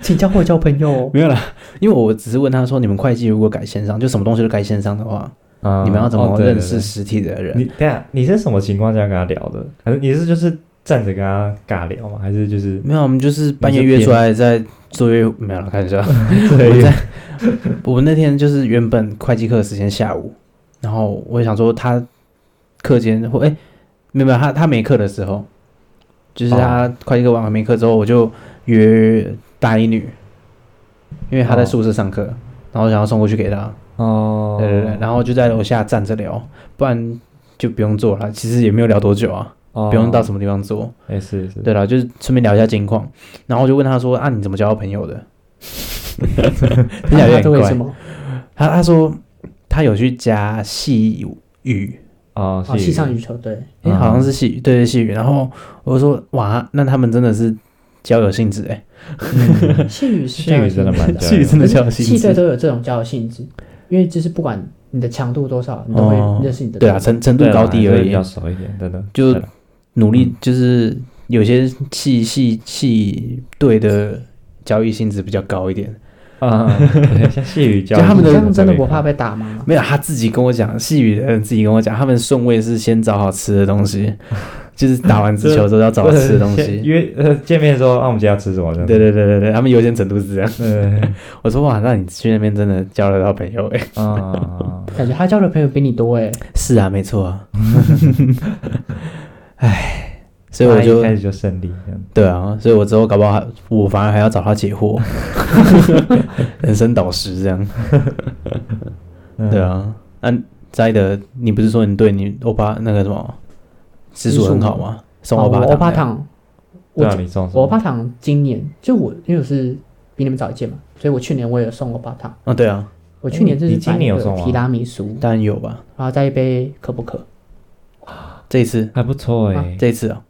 [SPEAKER 1] 请教我交朋 友。
[SPEAKER 2] 没有啦，因为我只是问他说，你们会计如果改线上，就什么东西都改线上的话，
[SPEAKER 3] 啊
[SPEAKER 2] 你们要怎么认识
[SPEAKER 3] 哦
[SPEAKER 2] 实体的人？
[SPEAKER 3] 对对对你等一下，你是什么情况下跟他聊的？还是你是就是站着跟他尬聊吗？还是就是
[SPEAKER 2] 没有，我们就是半夜约出来在作业，没有了，看一 下。我们在 我们那天就是原本会计课的时间下午，然后我想说他课间或哎、没有没有他他没课的时候，就是他会计课完没课之后，我就约大一女，因为她在宿舍上课，然后想要送过去给她。
[SPEAKER 3] 哦
[SPEAKER 2] 对对对，然后就在楼下站着聊，不然就不用做了。其实也没有聊多久啊，
[SPEAKER 3] 后
[SPEAKER 2] 不用到什么地方做。
[SPEAKER 3] 哦哎是是，
[SPEAKER 2] 对了，就是顺便聊一下近况，然后就问他说：“啊，你怎么交到朋友的？”听起来
[SPEAKER 1] 那
[SPEAKER 2] 有
[SPEAKER 1] 啊他
[SPEAKER 2] 点
[SPEAKER 1] 为什
[SPEAKER 2] 怪。
[SPEAKER 1] 么？
[SPEAKER 2] 他他说他有去加细语，
[SPEAKER 3] 哦
[SPEAKER 1] 啊，
[SPEAKER 3] 是
[SPEAKER 1] 气上羽球队，
[SPEAKER 2] 诶，
[SPEAKER 3] 嗯
[SPEAKER 2] 好像是细语，对对细语。然后我就说：“哇，那他们真的是交友性质哎、
[SPEAKER 1] 细雨是
[SPEAKER 3] 细雨真的蛮
[SPEAKER 2] 嗯 细语真的交友性
[SPEAKER 1] 系队
[SPEAKER 2] 质。
[SPEAKER 1] 都有这种交友性质，因为就是不管你的强度多少，你都会
[SPEAKER 2] 哦
[SPEAKER 1] 认识你的。
[SPEAKER 2] 对啊，，程程度高低而
[SPEAKER 3] 对啦还是比
[SPEAKER 2] 已
[SPEAKER 3] 较，熟一点，真的
[SPEAKER 2] 就
[SPEAKER 3] 对啦
[SPEAKER 2] 努
[SPEAKER 3] 嗯
[SPEAKER 2] 力就是有些系系系队的交易性质比较高一点。
[SPEAKER 3] 啊， 对像细雨教
[SPEAKER 2] 就他们
[SPEAKER 1] 你
[SPEAKER 2] 的
[SPEAKER 1] 这样真的不怕被打吗？
[SPEAKER 2] 没有，他自己跟我讲，细雨的人自己跟我讲，他们顺位是先找好吃的东 西，就是打完直球之后要找好吃的东
[SPEAKER 3] 先
[SPEAKER 2] 西。
[SPEAKER 3] 约呃见面的时候，啊，我们今天要吃什么？这样
[SPEAKER 2] 对对对对对，他们优先程度是这样。
[SPEAKER 3] 对，
[SPEAKER 2] 我说哇，那你去那边真的交得到朋友哎、
[SPEAKER 3] 啊，
[SPEAKER 1] 感觉他交的朋友比你多哎。
[SPEAKER 2] 是啊，没错啊。 哎，所以我
[SPEAKER 3] 一
[SPEAKER 2] 就
[SPEAKER 3] 开始就胜利这样。
[SPEAKER 2] 对啊，所以我之后搞不好还我反而还要找他解惑， 人生导师这样。
[SPEAKER 3] 嗯
[SPEAKER 2] 对，啊，那摘的，你不是说你对你欧巴那个什么直属很好吗？送欧巴
[SPEAKER 1] 哦我欧巴
[SPEAKER 2] 糖
[SPEAKER 1] 糖，
[SPEAKER 3] 对啊，
[SPEAKER 1] 我
[SPEAKER 3] 你中什么
[SPEAKER 1] 我欧巴糖今年就我因为我是比你们早一届嘛，所以我去年我也有送欧巴糖。
[SPEAKER 2] 那样。啊，对啊，
[SPEAKER 1] 我去年就是
[SPEAKER 3] 你今年有送吗
[SPEAKER 1] 买一个提拉米苏，
[SPEAKER 2] 当然有吧。
[SPEAKER 1] 然后再一杯可不可？
[SPEAKER 2] 这一次，
[SPEAKER 3] 还不错哎，
[SPEAKER 2] 这一次啊，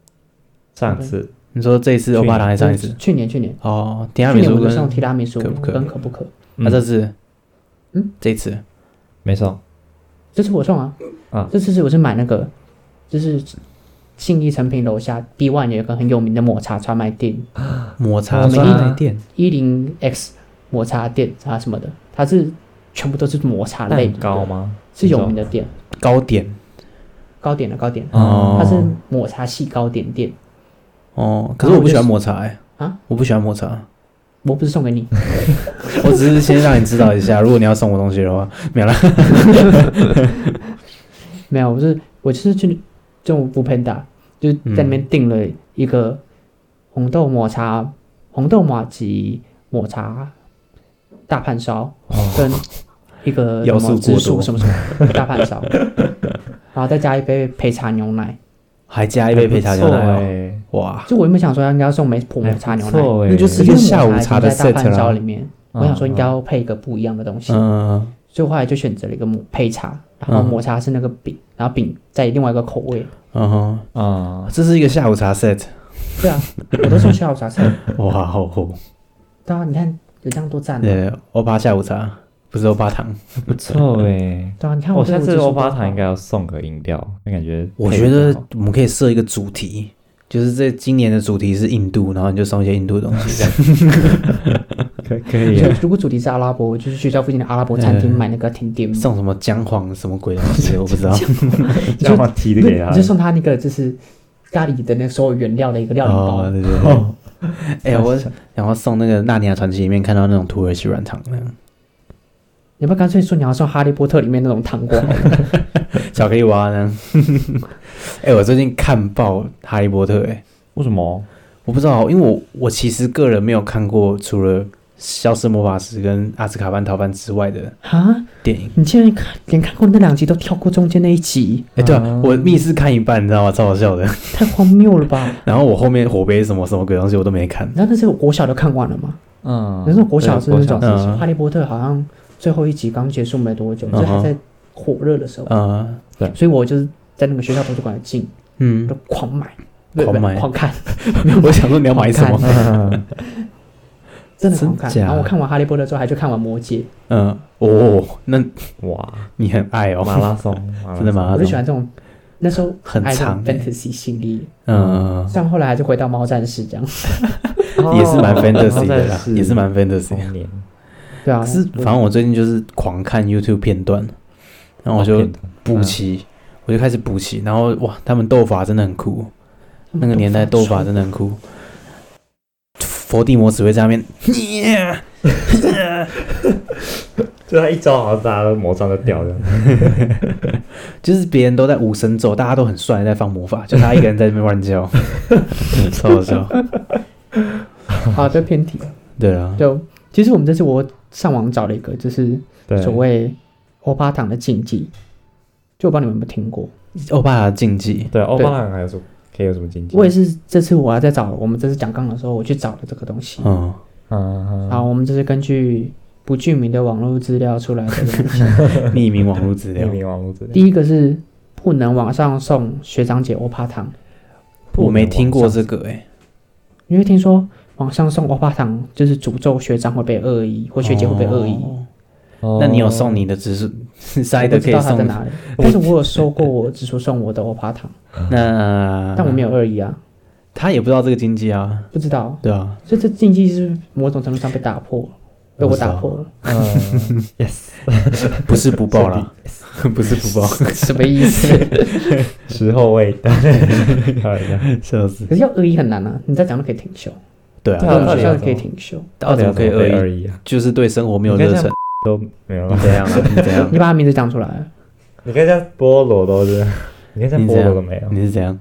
[SPEAKER 3] 上次
[SPEAKER 2] 你说这一次欧巴糖还是上一次？
[SPEAKER 1] 去年去年
[SPEAKER 2] 哦，第二
[SPEAKER 1] 去
[SPEAKER 2] 米
[SPEAKER 1] 年
[SPEAKER 2] 苏
[SPEAKER 1] 我是
[SPEAKER 2] 跟
[SPEAKER 1] 送提拉米苏
[SPEAKER 2] 可不可
[SPEAKER 1] 跟可不可，
[SPEAKER 2] 那啊这次，
[SPEAKER 1] 嗯，
[SPEAKER 2] 这一次
[SPEAKER 3] 没送
[SPEAKER 1] 这次我送啊，
[SPEAKER 3] 啊
[SPEAKER 1] 这次是我是买那个就是信义成品楼下 B One 有一个很有名的抹茶专卖店
[SPEAKER 2] 抹茶
[SPEAKER 3] 抹茶
[SPEAKER 2] 专卖店
[SPEAKER 1] 一零 X 抹茶店啊什么的，它是全部都是抹茶类
[SPEAKER 3] 蛋
[SPEAKER 1] 的，
[SPEAKER 3] 糕吗？
[SPEAKER 1] 是有名的店，
[SPEAKER 2] 糕点
[SPEAKER 1] 糕点的啊糕点，嗯
[SPEAKER 2] 哦
[SPEAKER 1] 它是抹茶系糕点店。
[SPEAKER 2] 哦，可是我不喜欢抹茶哎
[SPEAKER 1] 啊，
[SPEAKER 2] 我不喜欢抹茶，
[SPEAKER 1] 我不是送给你，
[SPEAKER 2] 我只是先让你知道 一下，如果你要送我东西的话，没有啦。
[SPEAKER 1] 没有，我是我就是去中午不喷打，就是在那
[SPEAKER 2] 嗯
[SPEAKER 1] 边订了一个红豆抹茶、红豆马吉抹茶大盘烧、跟一个
[SPEAKER 2] 哦 要
[SPEAKER 1] 什么
[SPEAKER 2] 素
[SPEAKER 1] 紫
[SPEAKER 2] 过
[SPEAKER 1] 薯
[SPEAKER 2] 多
[SPEAKER 1] 什么什么大盘 烧，然后再加一杯焙茶牛奶。
[SPEAKER 2] 还加一杯哎配茶牛
[SPEAKER 1] 欸
[SPEAKER 2] 奶哦，
[SPEAKER 3] 哎，
[SPEAKER 2] 哇，
[SPEAKER 1] 就我原本想说应该要送梅普抹茶
[SPEAKER 3] 还
[SPEAKER 1] 牛
[SPEAKER 3] 不
[SPEAKER 1] 奶，
[SPEAKER 3] 错哎，
[SPEAKER 2] 那就是
[SPEAKER 1] 因
[SPEAKER 2] 一
[SPEAKER 1] 为
[SPEAKER 2] 个
[SPEAKER 1] 抹
[SPEAKER 2] 下午
[SPEAKER 1] 茶
[SPEAKER 2] 茶
[SPEAKER 1] 已经
[SPEAKER 2] 的
[SPEAKER 1] 在大盘
[SPEAKER 2] set
[SPEAKER 1] 烧
[SPEAKER 2] 啦
[SPEAKER 1] 里。面，我想说应该要配一个不一样的东西，
[SPEAKER 2] 嗯，
[SPEAKER 1] 所以我后来就选择了一个抹焙茶，然后
[SPEAKER 2] 嗯
[SPEAKER 1] 抹茶是那个饼，然后饼再另外一个口味。
[SPEAKER 2] 嗯哼，
[SPEAKER 3] 啊，
[SPEAKER 2] 这是一个下午茶 set，
[SPEAKER 1] 对啊，我都送下午茶菜。
[SPEAKER 2] 哇，哦好酷！
[SPEAKER 1] 对啊，你看有这样多赞、啊，
[SPEAKER 2] 对，呃欧巴下午茶不是欧巴糖，
[SPEAKER 3] 不 错哎。
[SPEAKER 1] 对啊，你看
[SPEAKER 3] 我
[SPEAKER 1] 这
[SPEAKER 3] 下次
[SPEAKER 1] 欧
[SPEAKER 3] 欧巴糖应该要送个饮料，那感觉
[SPEAKER 2] 我
[SPEAKER 3] 配
[SPEAKER 2] 觉
[SPEAKER 3] 比
[SPEAKER 2] 得
[SPEAKER 3] 较好
[SPEAKER 2] 我们可以哦设一个主题，就是这今年的主题是印度，然后你就送一些印度的东 西，这样
[SPEAKER 3] 可可以
[SPEAKER 1] 如果主题是阿拉伯，我就去学校附近的阿拉伯餐厅买那个甜 点，
[SPEAKER 2] 送什么姜黄什么鬼东 西，我不知道。
[SPEAKER 3] 这样提的
[SPEAKER 1] 不
[SPEAKER 3] 给
[SPEAKER 1] 是
[SPEAKER 3] 他
[SPEAKER 1] 你 就。送他那个就是咖喱的那所有原料的一个料理包。
[SPEAKER 2] 哦，对对 对。哎、我想要送那个《纳尼亚传奇》里面看到那种土耳其软糖那样，
[SPEAKER 1] 你要不要干脆说你要送《哈利波特》里面那种糖 果好了？
[SPEAKER 2] 巧克力娃娃那 样。哎、我最近看爆《哈利波特、哎，
[SPEAKER 3] 为什么？
[SPEAKER 2] 我不知道，因为我我其实个人没有看过除了《消失魔法师》跟《阿兹卡班逃犯》之外的
[SPEAKER 1] 啊，
[SPEAKER 2] 电影。
[SPEAKER 1] 你竟然看连看过那两集都跳过中间那一集，
[SPEAKER 2] 哎、对
[SPEAKER 1] 嗯
[SPEAKER 2] 啊，我密室看一半，你知道吗？超好笑的。
[SPEAKER 1] 太荒谬了吧？
[SPEAKER 2] 然后我后面火杯什么什么鬼东西我都没看
[SPEAKER 1] 你。知道那是我国小就看完了吗？
[SPEAKER 3] 嗯
[SPEAKER 1] 那时候国小是那种
[SPEAKER 2] 对国小嗯
[SPEAKER 1] 《哈利波特》好像最后一集刚结束没多久，
[SPEAKER 2] 嗯
[SPEAKER 1] 就是还
[SPEAKER 2] 哼
[SPEAKER 1] 在火热的时候，
[SPEAKER 2] 啊、
[SPEAKER 1] 所以我就是在那个学校图书馆进，
[SPEAKER 2] 嗯
[SPEAKER 1] 就，狂买，不是
[SPEAKER 2] 狂
[SPEAKER 1] 不是
[SPEAKER 2] 买
[SPEAKER 1] 狂看，
[SPEAKER 2] 我想说你要买什么？
[SPEAKER 3] 嗯
[SPEAKER 1] 真的狂看。
[SPEAKER 2] 真假
[SPEAKER 1] 然后我看完《哈利波特》之后，还去看完《魔戒》，
[SPEAKER 2] 嗯，哦，那
[SPEAKER 3] 哇，
[SPEAKER 2] 你很爱哦，
[SPEAKER 3] 马拉松，马拉松
[SPEAKER 2] 真的？吗？
[SPEAKER 1] 我就喜欢这种。啊那时候
[SPEAKER 2] 很
[SPEAKER 1] 爱这种
[SPEAKER 2] 长欸
[SPEAKER 1] fantasy 心理，
[SPEAKER 2] 嗯，
[SPEAKER 1] 像后来还是回到猫战士这样，
[SPEAKER 3] 哦
[SPEAKER 2] 也是蛮 fantasy 的
[SPEAKER 3] 然
[SPEAKER 2] 啦
[SPEAKER 3] 后，再
[SPEAKER 2] 也是蛮 fantasy
[SPEAKER 1] 哦
[SPEAKER 2] 的。
[SPEAKER 3] 童年。
[SPEAKER 1] 对啊，
[SPEAKER 2] 可是反正我最近就是狂看 YouTube 片段，然后我
[SPEAKER 1] 哦
[SPEAKER 2] 就
[SPEAKER 3] 片段
[SPEAKER 1] 嗯
[SPEAKER 2] 补齐，我就开始补齐，然后哇，他们斗法真的很酷，
[SPEAKER 1] 嗯
[SPEAKER 2] 那个年代斗法真的很酷。佛地魔只会在那边，
[SPEAKER 3] 就他一招，好像大家都魔杖都掉了。
[SPEAKER 2] 就是别人都在无声咒，大家都很帅在放魔法，就他一个人在那边乱叫，超好笑。
[SPEAKER 1] 啊，这偏题了。
[SPEAKER 2] 对啊，
[SPEAKER 1] 对，其实我们这次我上网找了一个，就是
[SPEAKER 3] 对，
[SPEAKER 1] 所谓欧巴糖的禁忌，就我不知道你们有没有听过。
[SPEAKER 2] 欧巴哦的竞技，
[SPEAKER 3] 对欧巴郎还有什么可以有什么经济？
[SPEAKER 1] 我也是这次我要在找我们这次讲纲的时候，我去找了这个东西。
[SPEAKER 2] 嗯，
[SPEAKER 3] 嗯，嗯
[SPEAKER 1] 然后我们这是根据不具名的网络资料出来的东西。
[SPEAKER 2] 匿名网络资料
[SPEAKER 3] 匿，名网络之类的。
[SPEAKER 1] 第一个是不能网上送学长姐欧巴糖，
[SPEAKER 2] 我没听过这个哎，
[SPEAKER 1] 因为听说网上送欧巴糖就是诅咒学长会被恶意，或学姐会被恶意。
[SPEAKER 2] 哦
[SPEAKER 3] 哦
[SPEAKER 2] 那你有送你的直属 塞
[SPEAKER 1] 我
[SPEAKER 2] 的
[SPEAKER 1] 不
[SPEAKER 2] 可
[SPEAKER 1] 知
[SPEAKER 2] 以
[SPEAKER 1] 道它在
[SPEAKER 2] 送？
[SPEAKER 1] 哪里，但是我有收过我直属送我的欧巴糖，
[SPEAKER 2] 那
[SPEAKER 1] 但我没有恶意啊，
[SPEAKER 2] 他也不知道这个经济啊，
[SPEAKER 1] 不知道。
[SPEAKER 2] 对啊，
[SPEAKER 1] 所以这禁忌是某种程度上被打破了，被我打破了，
[SPEAKER 3] 嗯？Yes，
[SPEAKER 2] 不是不报啦，不是不报，
[SPEAKER 1] 什么意 思？
[SPEAKER 3] 时候未到。开玩笑
[SPEAKER 2] 笑死。
[SPEAKER 1] 可是要恶意很难啊，你再讲都可以停休，
[SPEAKER 2] 对啊，
[SPEAKER 3] 对
[SPEAKER 1] 我
[SPEAKER 3] 啊
[SPEAKER 1] 们
[SPEAKER 3] 到
[SPEAKER 1] 学
[SPEAKER 3] 底
[SPEAKER 1] 校
[SPEAKER 3] 要
[SPEAKER 1] 也可以
[SPEAKER 3] 怎
[SPEAKER 1] 停休。
[SPEAKER 2] 到底
[SPEAKER 3] 底
[SPEAKER 2] 怎
[SPEAKER 3] 要
[SPEAKER 2] 么可以
[SPEAKER 3] 怎么
[SPEAKER 2] 恶意？
[SPEAKER 3] 被而已啊？
[SPEAKER 2] 就是对生活没有热忱，
[SPEAKER 3] 都没有
[SPEAKER 2] 你
[SPEAKER 3] 了。
[SPEAKER 2] 怎样啊？你怎样
[SPEAKER 1] 你？把他名字讲出来，
[SPEAKER 3] 你看像菠萝都是，你看像
[SPEAKER 2] 你
[SPEAKER 3] 菠
[SPEAKER 2] 怎
[SPEAKER 3] 萝都没有
[SPEAKER 2] 样？。你是怎样？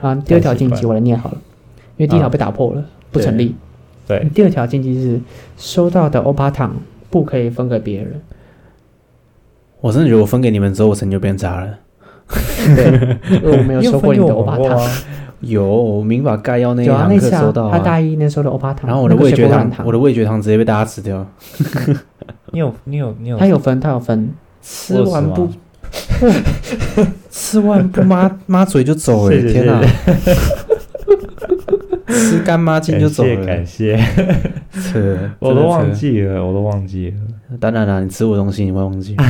[SPEAKER 1] 啊，第二条禁
[SPEAKER 3] 太奇
[SPEAKER 1] 忌
[SPEAKER 3] 怪
[SPEAKER 1] 我来念好了，因为第一条被打破了，不成立。
[SPEAKER 3] 对，
[SPEAKER 1] 第二条禁忌是收到的欧巴糖不可以分给别 人，
[SPEAKER 2] 我真的觉得我分给你们之后，我成就变差了。
[SPEAKER 1] 因为我没有收过你的欧巴
[SPEAKER 3] 你有分给我们过
[SPEAKER 1] 糖。
[SPEAKER 3] 啊
[SPEAKER 2] 有民法概要那一
[SPEAKER 1] 有啊，
[SPEAKER 2] 堂
[SPEAKER 1] 那
[SPEAKER 2] 课
[SPEAKER 1] 次
[SPEAKER 2] 收到
[SPEAKER 1] 啊，他大
[SPEAKER 2] 啊，
[SPEAKER 1] 一那时候的欧巴糖，
[SPEAKER 2] 然后我的
[SPEAKER 1] 那个
[SPEAKER 2] 味
[SPEAKER 1] 水
[SPEAKER 2] 觉
[SPEAKER 1] 果软
[SPEAKER 2] 糖，我的味觉糖直接被大家吃掉。
[SPEAKER 3] 你有你有你有
[SPEAKER 1] 他有分，他有分，
[SPEAKER 2] 吃完
[SPEAKER 3] 我有
[SPEAKER 2] 不，吃完不抹 抹嘴就走了，
[SPEAKER 3] 谢谢
[SPEAKER 2] 天哪！吃干抹净就走了，
[SPEAKER 3] 感谢，感谢
[SPEAKER 2] 是，
[SPEAKER 3] 我都
[SPEAKER 2] 真
[SPEAKER 3] 忘
[SPEAKER 2] 的是。
[SPEAKER 3] 记了，我都忘记了。
[SPEAKER 2] 当然啦，你吃我东西你会忘记，不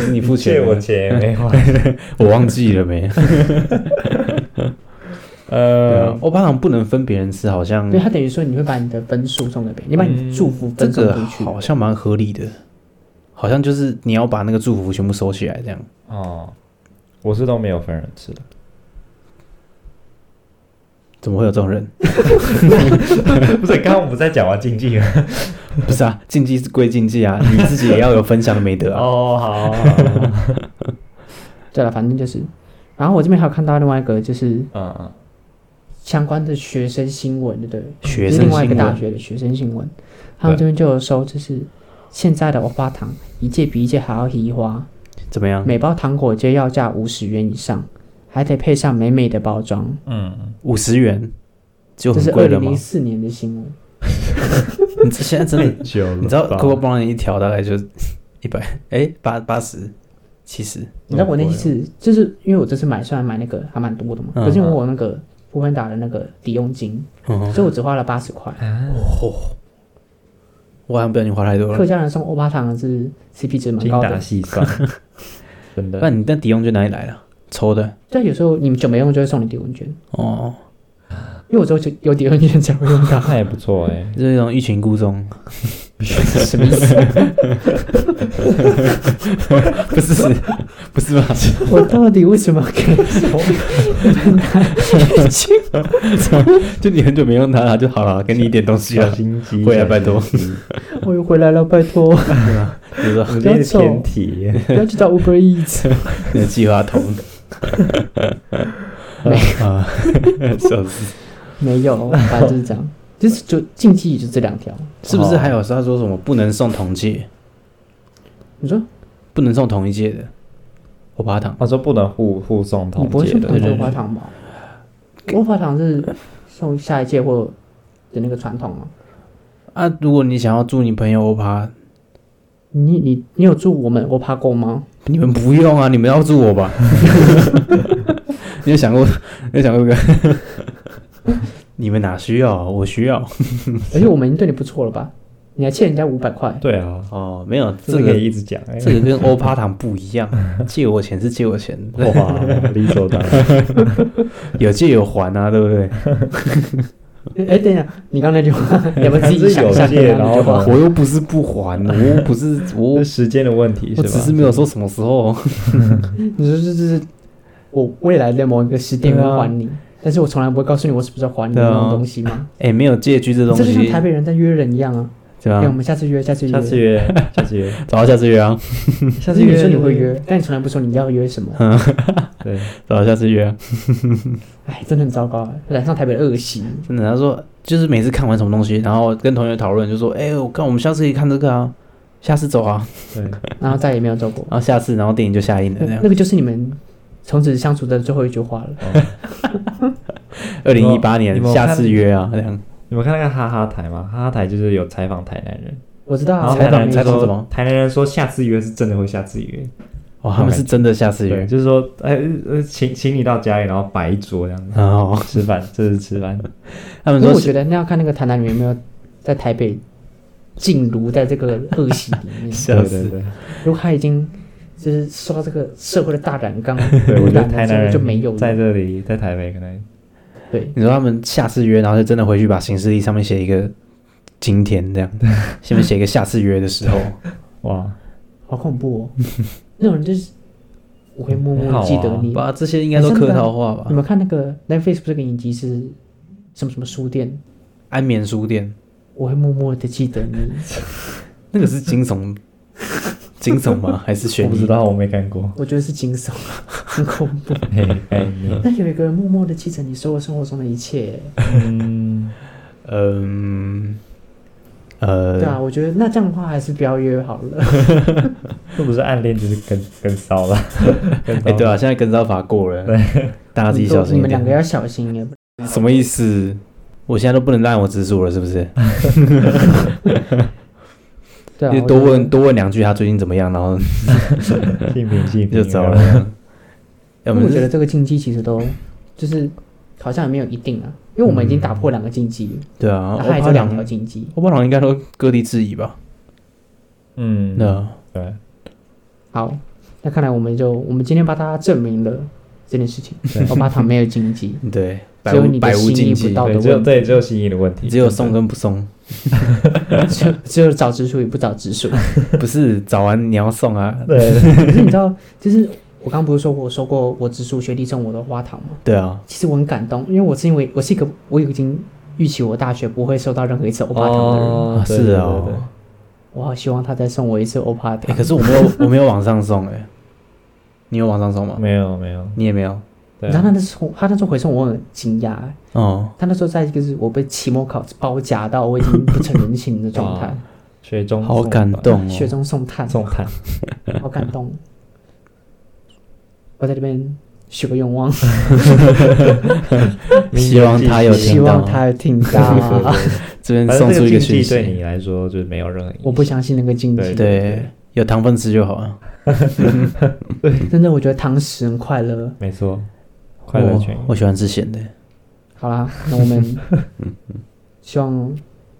[SPEAKER 2] 是你付
[SPEAKER 3] 借
[SPEAKER 2] 钱的，
[SPEAKER 3] 我钱也没还。
[SPEAKER 2] 我忘记了没？对啊
[SPEAKER 3] 呃，
[SPEAKER 2] 欧巴糖不能分别人吃，好像
[SPEAKER 1] 对他等于说你会把你的分数送给别人，你把你的祝福
[SPEAKER 2] 嗯这
[SPEAKER 1] 分送
[SPEAKER 2] 个
[SPEAKER 1] 出去。
[SPEAKER 2] 好像蛮合理的，好像就是你要把那个祝福全部收起来这样。
[SPEAKER 3] 哦，我是都没有分人吃的。
[SPEAKER 2] 怎么会有这种人？
[SPEAKER 3] 不是，刚刚我们在讲完禁忌了。
[SPEAKER 2] 不是啊，禁忌是归禁忌啊，你自己也要有分享的美德啊。
[SPEAKER 3] 哦，好，好好
[SPEAKER 1] 对了，反正就是。然后我这边还有看到另外一个就是
[SPEAKER 3] 嗯嗯，
[SPEAKER 1] 相关的学生新闻，对不对？
[SPEAKER 2] 学
[SPEAKER 1] 就是
[SPEAKER 2] 生啊
[SPEAKER 1] 另外一个
[SPEAKER 2] 新
[SPEAKER 1] 大
[SPEAKER 2] 闻
[SPEAKER 1] 学的学生新闻，他们这边就有收，就是现在的欧巴糖一届比一届还要移花，
[SPEAKER 2] 怎么样？
[SPEAKER 1] 每包糖果皆要价五十元以上，还得配上美美的包装。
[SPEAKER 3] 嗯，
[SPEAKER 2] 五十元就
[SPEAKER 1] 这
[SPEAKER 2] 很
[SPEAKER 1] 是二
[SPEAKER 2] 贵了
[SPEAKER 1] 零
[SPEAKER 2] 吗
[SPEAKER 1] 零？四年的新闻，
[SPEAKER 2] 你这 现在真的
[SPEAKER 3] 久了吧，
[SPEAKER 2] 你知道 Coco b r o w n 一条大概就一百，哎，八八十，其实
[SPEAKER 1] 你知道我那一次，就是因为我这次买虽然买那个还蛮多的嘛，
[SPEAKER 2] 啊嗯
[SPEAKER 1] 可是因为我那个富邦达的那个抵用金，
[SPEAKER 2] 嗯哼
[SPEAKER 1] 所以我只花了八十块。
[SPEAKER 3] 啊
[SPEAKER 2] 我好像不小心花太多
[SPEAKER 1] 客
[SPEAKER 2] 了。
[SPEAKER 1] 家人送欧巴糖是 CP 值蛮
[SPEAKER 3] 精
[SPEAKER 1] 高
[SPEAKER 3] 打
[SPEAKER 1] 的，
[SPEAKER 3] 细算，真的
[SPEAKER 2] 那你那抵用券哪里来的？抽的
[SPEAKER 1] 但有时候你们久没用就会送你抵用券，
[SPEAKER 2] 哦，
[SPEAKER 1] 因为我只有久有抵用券才会用到。
[SPEAKER 3] 那也不错哎、
[SPEAKER 2] 就是一种欲擒 故纵，
[SPEAKER 1] 什么意思？
[SPEAKER 2] 不是不是吧？
[SPEAKER 1] 我到底为什么可以送？
[SPEAKER 2] 就你很久没用它了，就好了，给你一点东西
[SPEAKER 3] 小
[SPEAKER 2] 啊，
[SPEAKER 3] 心机，
[SPEAKER 2] 回来拜托。
[SPEAKER 1] 我又回来了，拜托，
[SPEAKER 2] 就是说
[SPEAKER 3] 我这是
[SPEAKER 2] 哦
[SPEAKER 3] 偏题，
[SPEAKER 1] 不要去找 Uber Eats。
[SPEAKER 2] 你的计划通啊， 笑死！
[SPEAKER 1] 没有，反正就是这样，就是就禁忌就这两条。
[SPEAKER 2] 是不是还有他说什么不能送同届，
[SPEAKER 1] 你说
[SPEAKER 2] 不能送同一届的欧巴糖？
[SPEAKER 3] 他说不能互互送
[SPEAKER 1] 你
[SPEAKER 3] 同
[SPEAKER 1] 不会
[SPEAKER 3] 届
[SPEAKER 1] 送
[SPEAKER 3] 的，
[SPEAKER 1] 同
[SPEAKER 2] 对
[SPEAKER 1] 学
[SPEAKER 2] 对
[SPEAKER 1] 花糖吧？我花糖是送下一届或的那个传统嘛。
[SPEAKER 2] 啊，如果你想要祝你朋友欧巴，
[SPEAKER 1] 你你你有祝我们我怕够吗？
[SPEAKER 2] 你们不用啊，你们要祝我吧？你有想过，你有想过这个？你们哪需要啊？我需要
[SPEAKER 1] 而且我们已经对你不错了吧？你还欠人家五百块，
[SPEAKER 3] 对啊，
[SPEAKER 2] 哦，没有这
[SPEAKER 3] 这个可
[SPEAKER 2] 个
[SPEAKER 3] 以一直讲哎、
[SPEAKER 2] 这个跟欧巴糖不一样，借我钱是借我钱，
[SPEAKER 3] 哇，理所当然，
[SPEAKER 2] 有借有还啊，对不对？
[SPEAKER 1] 哎、等一下，你刚刚那句话，你要不要自己想一下
[SPEAKER 3] 还是有借
[SPEAKER 1] 刚刚那句
[SPEAKER 3] 然后
[SPEAKER 1] 话？
[SPEAKER 2] 我又不是不还，我又不是我
[SPEAKER 3] 这是，时间的问题
[SPEAKER 2] 我
[SPEAKER 3] 是吧？
[SPEAKER 2] 只是没有说什么时候。
[SPEAKER 1] 你说这这是我未来的某一个时点会
[SPEAKER 2] 对啊
[SPEAKER 1] 还你，但是我从来不会告诉你我是不是要还你的
[SPEAKER 2] 对啊
[SPEAKER 1] 那种东西吗？
[SPEAKER 2] 哎，没有借据这东
[SPEAKER 1] 这就像
[SPEAKER 2] 西，
[SPEAKER 1] 台北人在约人一样啊！
[SPEAKER 2] 对
[SPEAKER 1] 哎、我
[SPEAKER 2] 吧？
[SPEAKER 1] 们下次约，下次约，
[SPEAKER 3] 下次 约，下次约，
[SPEAKER 2] 找到下次约啊，
[SPEAKER 1] 下
[SPEAKER 3] 次约
[SPEAKER 1] 你说你会约，但你从来不说你要约什么，
[SPEAKER 3] 对，
[SPEAKER 2] 找到下次约啊。
[SPEAKER 1] 哎，真的很糟糕啊，染上台北的恶习。
[SPEAKER 2] 真的，他说就是每次看完什么东西，然后跟同学讨论，就说，哎，我看我们下次可以看这个啊，下次走啊，
[SPEAKER 3] 对，
[SPEAKER 1] 然后再也没有走过。
[SPEAKER 2] 然后下次然后电影就下映了，这
[SPEAKER 1] 那
[SPEAKER 2] 样
[SPEAKER 1] 那。个就是你们从此相处的最后一句话了。
[SPEAKER 2] 二零一八年
[SPEAKER 3] 你们有看
[SPEAKER 2] 下次约啊，这样。
[SPEAKER 3] 你们看那个哈哈台吗？哈哈台就是有采访台南人，
[SPEAKER 1] 我知道
[SPEAKER 3] 然
[SPEAKER 1] 啊，
[SPEAKER 3] 后
[SPEAKER 2] 采
[SPEAKER 3] 台
[SPEAKER 2] 访
[SPEAKER 3] 南人
[SPEAKER 2] 采访
[SPEAKER 3] 说
[SPEAKER 2] 什么
[SPEAKER 3] 台南人说下次约是真的会下次约，
[SPEAKER 2] 哇，他们是真的下次
[SPEAKER 3] 对，
[SPEAKER 2] 约。
[SPEAKER 3] 就是说，哎呃，请请你到家里，然后摆一桌这样子
[SPEAKER 2] 然后
[SPEAKER 3] 吃饭，这是吃饭，
[SPEAKER 2] 他
[SPEAKER 1] 因
[SPEAKER 2] 们
[SPEAKER 1] 为
[SPEAKER 2] 说
[SPEAKER 1] 我觉得那要看那个台南人有没有在台北浸入在这个恶习里 面。
[SPEAKER 2] 下
[SPEAKER 3] 对对
[SPEAKER 2] 次，
[SPEAKER 3] 对，
[SPEAKER 1] 如果他已经就是受到这个社会的大染缸，
[SPEAKER 3] 对我觉得
[SPEAKER 1] 染
[SPEAKER 3] 台
[SPEAKER 1] 了之
[SPEAKER 3] 南
[SPEAKER 1] 后
[SPEAKER 3] 人
[SPEAKER 1] 就没有
[SPEAKER 3] 在
[SPEAKER 1] 了。
[SPEAKER 3] 这里，在台北可能
[SPEAKER 1] 对，
[SPEAKER 2] 你说他们下次约，然后就真的回去把行事历上面写一个今天这样，下面写一个下次约 的时候，
[SPEAKER 3] 哇，
[SPEAKER 1] 好恐怖哦！那种人就是我会默默
[SPEAKER 3] 很好啊
[SPEAKER 1] 记得你。
[SPEAKER 2] 哇，这些应该都客套话吧
[SPEAKER 1] 你？们看那个 Netflix 不是有个影集是什么什么书店？
[SPEAKER 2] 安眠书店
[SPEAKER 1] 我会默默的记得 你。
[SPEAKER 2] 那个是 惊悚，惊悚吗？还是
[SPEAKER 3] 我
[SPEAKER 2] 悬
[SPEAKER 3] 不知
[SPEAKER 2] 疑？
[SPEAKER 3] 道，我没 看过，
[SPEAKER 1] 我觉得是惊悚，很恐怖。
[SPEAKER 3] 嘿，哎， 你
[SPEAKER 1] 但有一个人默默的记着你所有生活中的一切。
[SPEAKER 2] 呃
[SPEAKER 3] 嗯，
[SPEAKER 2] 嗯，
[SPEAKER 1] 对啊，
[SPEAKER 2] 呃，
[SPEAKER 1] 我觉得那这样的话还是不要约好了。
[SPEAKER 3] 这不是暗恋，就是跟跟骚了，跟骚
[SPEAKER 2] 哎，对啊，现在跟骚法过了， 大家自己 小
[SPEAKER 1] 你
[SPEAKER 2] 心一
[SPEAKER 1] 们两个
[SPEAKER 2] 点。
[SPEAKER 1] 要小心耶。
[SPEAKER 2] 什么意思？我现在都不能滥我之术了，是不是？
[SPEAKER 1] 对啊，我觉
[SPEAKER 2] 就多
[SPEAKER 1] 得嗯
[SPEAKER 2] 问多问两句他最近怎么样，然后
[SPEAKER 3] 性平性平
[SPEAKER 2] 就走了。哎我
[SPEAKER 1] 因为我
[SPEAKER 2] 们
[SPEAKER 1] 觉
[SPEAKER 2] 是
[SPEAKER 1] 得这个禁忌其实都就是好像也没有一定啊，因为我
[SPEAKER 2] 嗯
[SPEAKER 1] 们已经打破两个禁忌，
[SPEAKER 2] 对啊，
[SPEAKER 1] 那
[SPEAKER 2] 欧
[SPEAKER 1] 还有
[SPEAKER 2] 巴
[SPEAKER 1] 这两条
[SPEAKER 2] 郎，
[SPEAKER 1] 禁忌。
[SPEAKER 2] 欧巴郎应该都各地质疑吧？
[SPEAKER 3] 嗯，
[SPEAKER 2] 对啊，
[SPEAKER 3] 对，
[SPEAKER 1] 好，那看来我们就我们今天帮大家证明了这件事情，欧巴糖没有禁 忌，
[SPEAKER 2] 对，百
[SPEAKER 1] 只有
[SPEAKER 2] 无
[SPEAKER 1] 你的
[SPEAKER 2] 百无
[SPEAKER 1] 心意不
[SPEAKER 2] 禁忌，
[SPEAKER 1] 到
[SPEAKER 3] 对，只有对只有心仪的问题，
[SPEAKER 2] 只有送跟不送。
[SPEAKER 1] 只有只有找直属与不找直属。
[SPEAKER 2] 不是早晚你要送啊？
[SPEAKER 3] 对，
[SPEAKER 1] 可是你知道，就是我刚不是说我收过我直属学弟送我的花糖吗？
[SPEAKER 2] 对啊，
[SPEAKER 1] 其实我很感动，因为我是因为我是一个我已经预期我大学不会收到任何一次欧巴糖的人，
[SPEAKER 2] 啊
[SPEAKER 3] 哦
[SPEAKER 2] 是哦。
[SPEAKER 1] 我好希望他再送我一次欧巴
[SPEAKER 2] 哎，
[SPEAKER 1] 糖。
[SPEAKER 2] 可是我没 有，我没有往上送哎。你有往上送吗？
[SPEAKER 3] 没有没有，
[SPEAKER 2] 你也没有
[SPEAKER 1] 你
[SPEAKER 3] 对啊
[SPEAKER 1] 知道他那时候他那时候回送我很惊讶，
[SPEAKER 2] 哦。
[SPEAKER 1] 他那时候在一个是我被期末考包夹到我已经不成人形的状 态
[SPEAKER 3] 哇，
[SPEAKER 2] 哦
[SPEAKER 3] 雪中
[SPEAKER 2] 好
[SPEAKER 3] 送
[SPEAKER 2] 感
[SPEAKER 3] 炭
[SPEAKER 2] 动
[SPEAKER 1] 雪
[SPEAKER 2] 哦！
[SPEAKER 1] 中送炭，
[SPEAKER 3] 送炭，
[SPEAKER 1] 好感动。我在这边许个愿望，
[SPEAKER 2] 希望 他有
[SPEAKER 1] 希
[SPEAKER 2] 听
[SPEAKER 1] 望
[SPEAKER 2] 到，
[SPEAKER 1] 他有听
[SPEAKER 3] 对
[SPEAKER 1] 到。
[SPEAKER 3] 对对
[SPEAKER 2] 这边
[SPEAKER 3] 反
[SPEAKER 2] 送
[SPEAKER 3] 正这
[SPEAKER 2] 出
[SPEAKER 3] 个
[SPEAKER 2] 一
[SPEAKER 3] 禁
[SPEAKER 2] 讯
[SPEAKER 3] 忌对
[SPEAKER 2] 息。
[SPEAKER 3] 你来说就是没有任何影响，
[SPEAKER 1] 我不相信那个禁忌，
[SPEAKER 3] 对
[SPEAKER 2] 对，有糖分吃就好啊了。
[SPEAKER 1] 真的，我觉得堂食很快乐。
[SPEAKER 3] 没错，快乐全
[SPEAKER 2] 我我喜欢吃咸的，
[SPEAKER 1] 好啦，那我 们希望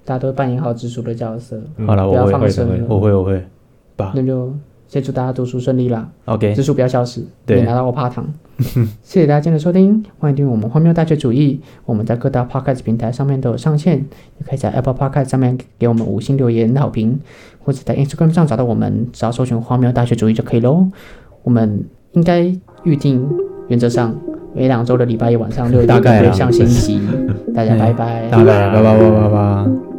[SPEAKER 1] 大家都扮演好知足的角色，
[SPEAKER 3] 嗯
[SPEAKER 2] 好了
[SPEAKER 1] 不要
[SPEAKER 2] 哦我会
[SPEAKER 1] 放
[SPEAKER 3] 会
[SPEAKER 1] 生
[SPEAKER 3] 会
[SPEAKER 1] 了。
[SPEAKER 2] 我会我会。吧
[SPEAKER 1] 那就先祝大家读书顺利啦，
[SPEAKER 2] ，OK，
[SPEAKER 1] 知足不要消失，
[SPEAKER 2] 对
[SPEAKER 1] 也拿到我趴糖。 谢谢大家今天的收听，欢迎订阅我们荒谬大学主义。我们在各大 podcast 平台上面都有上线，也可以在 Apple podcast 上面给我们五星留言好评，或者在 Instagram 上找到我们，只要搜寻“荒谬大学主义”就可以喽。我们应该预定原则上每两周的礼拜一晚上六点
[SPEAKER 2] 大概啊
[SPEAKER 1] 上新一集，大家拜拜。
[SPEAKER 2] 大家拜拜拜拜拜拜。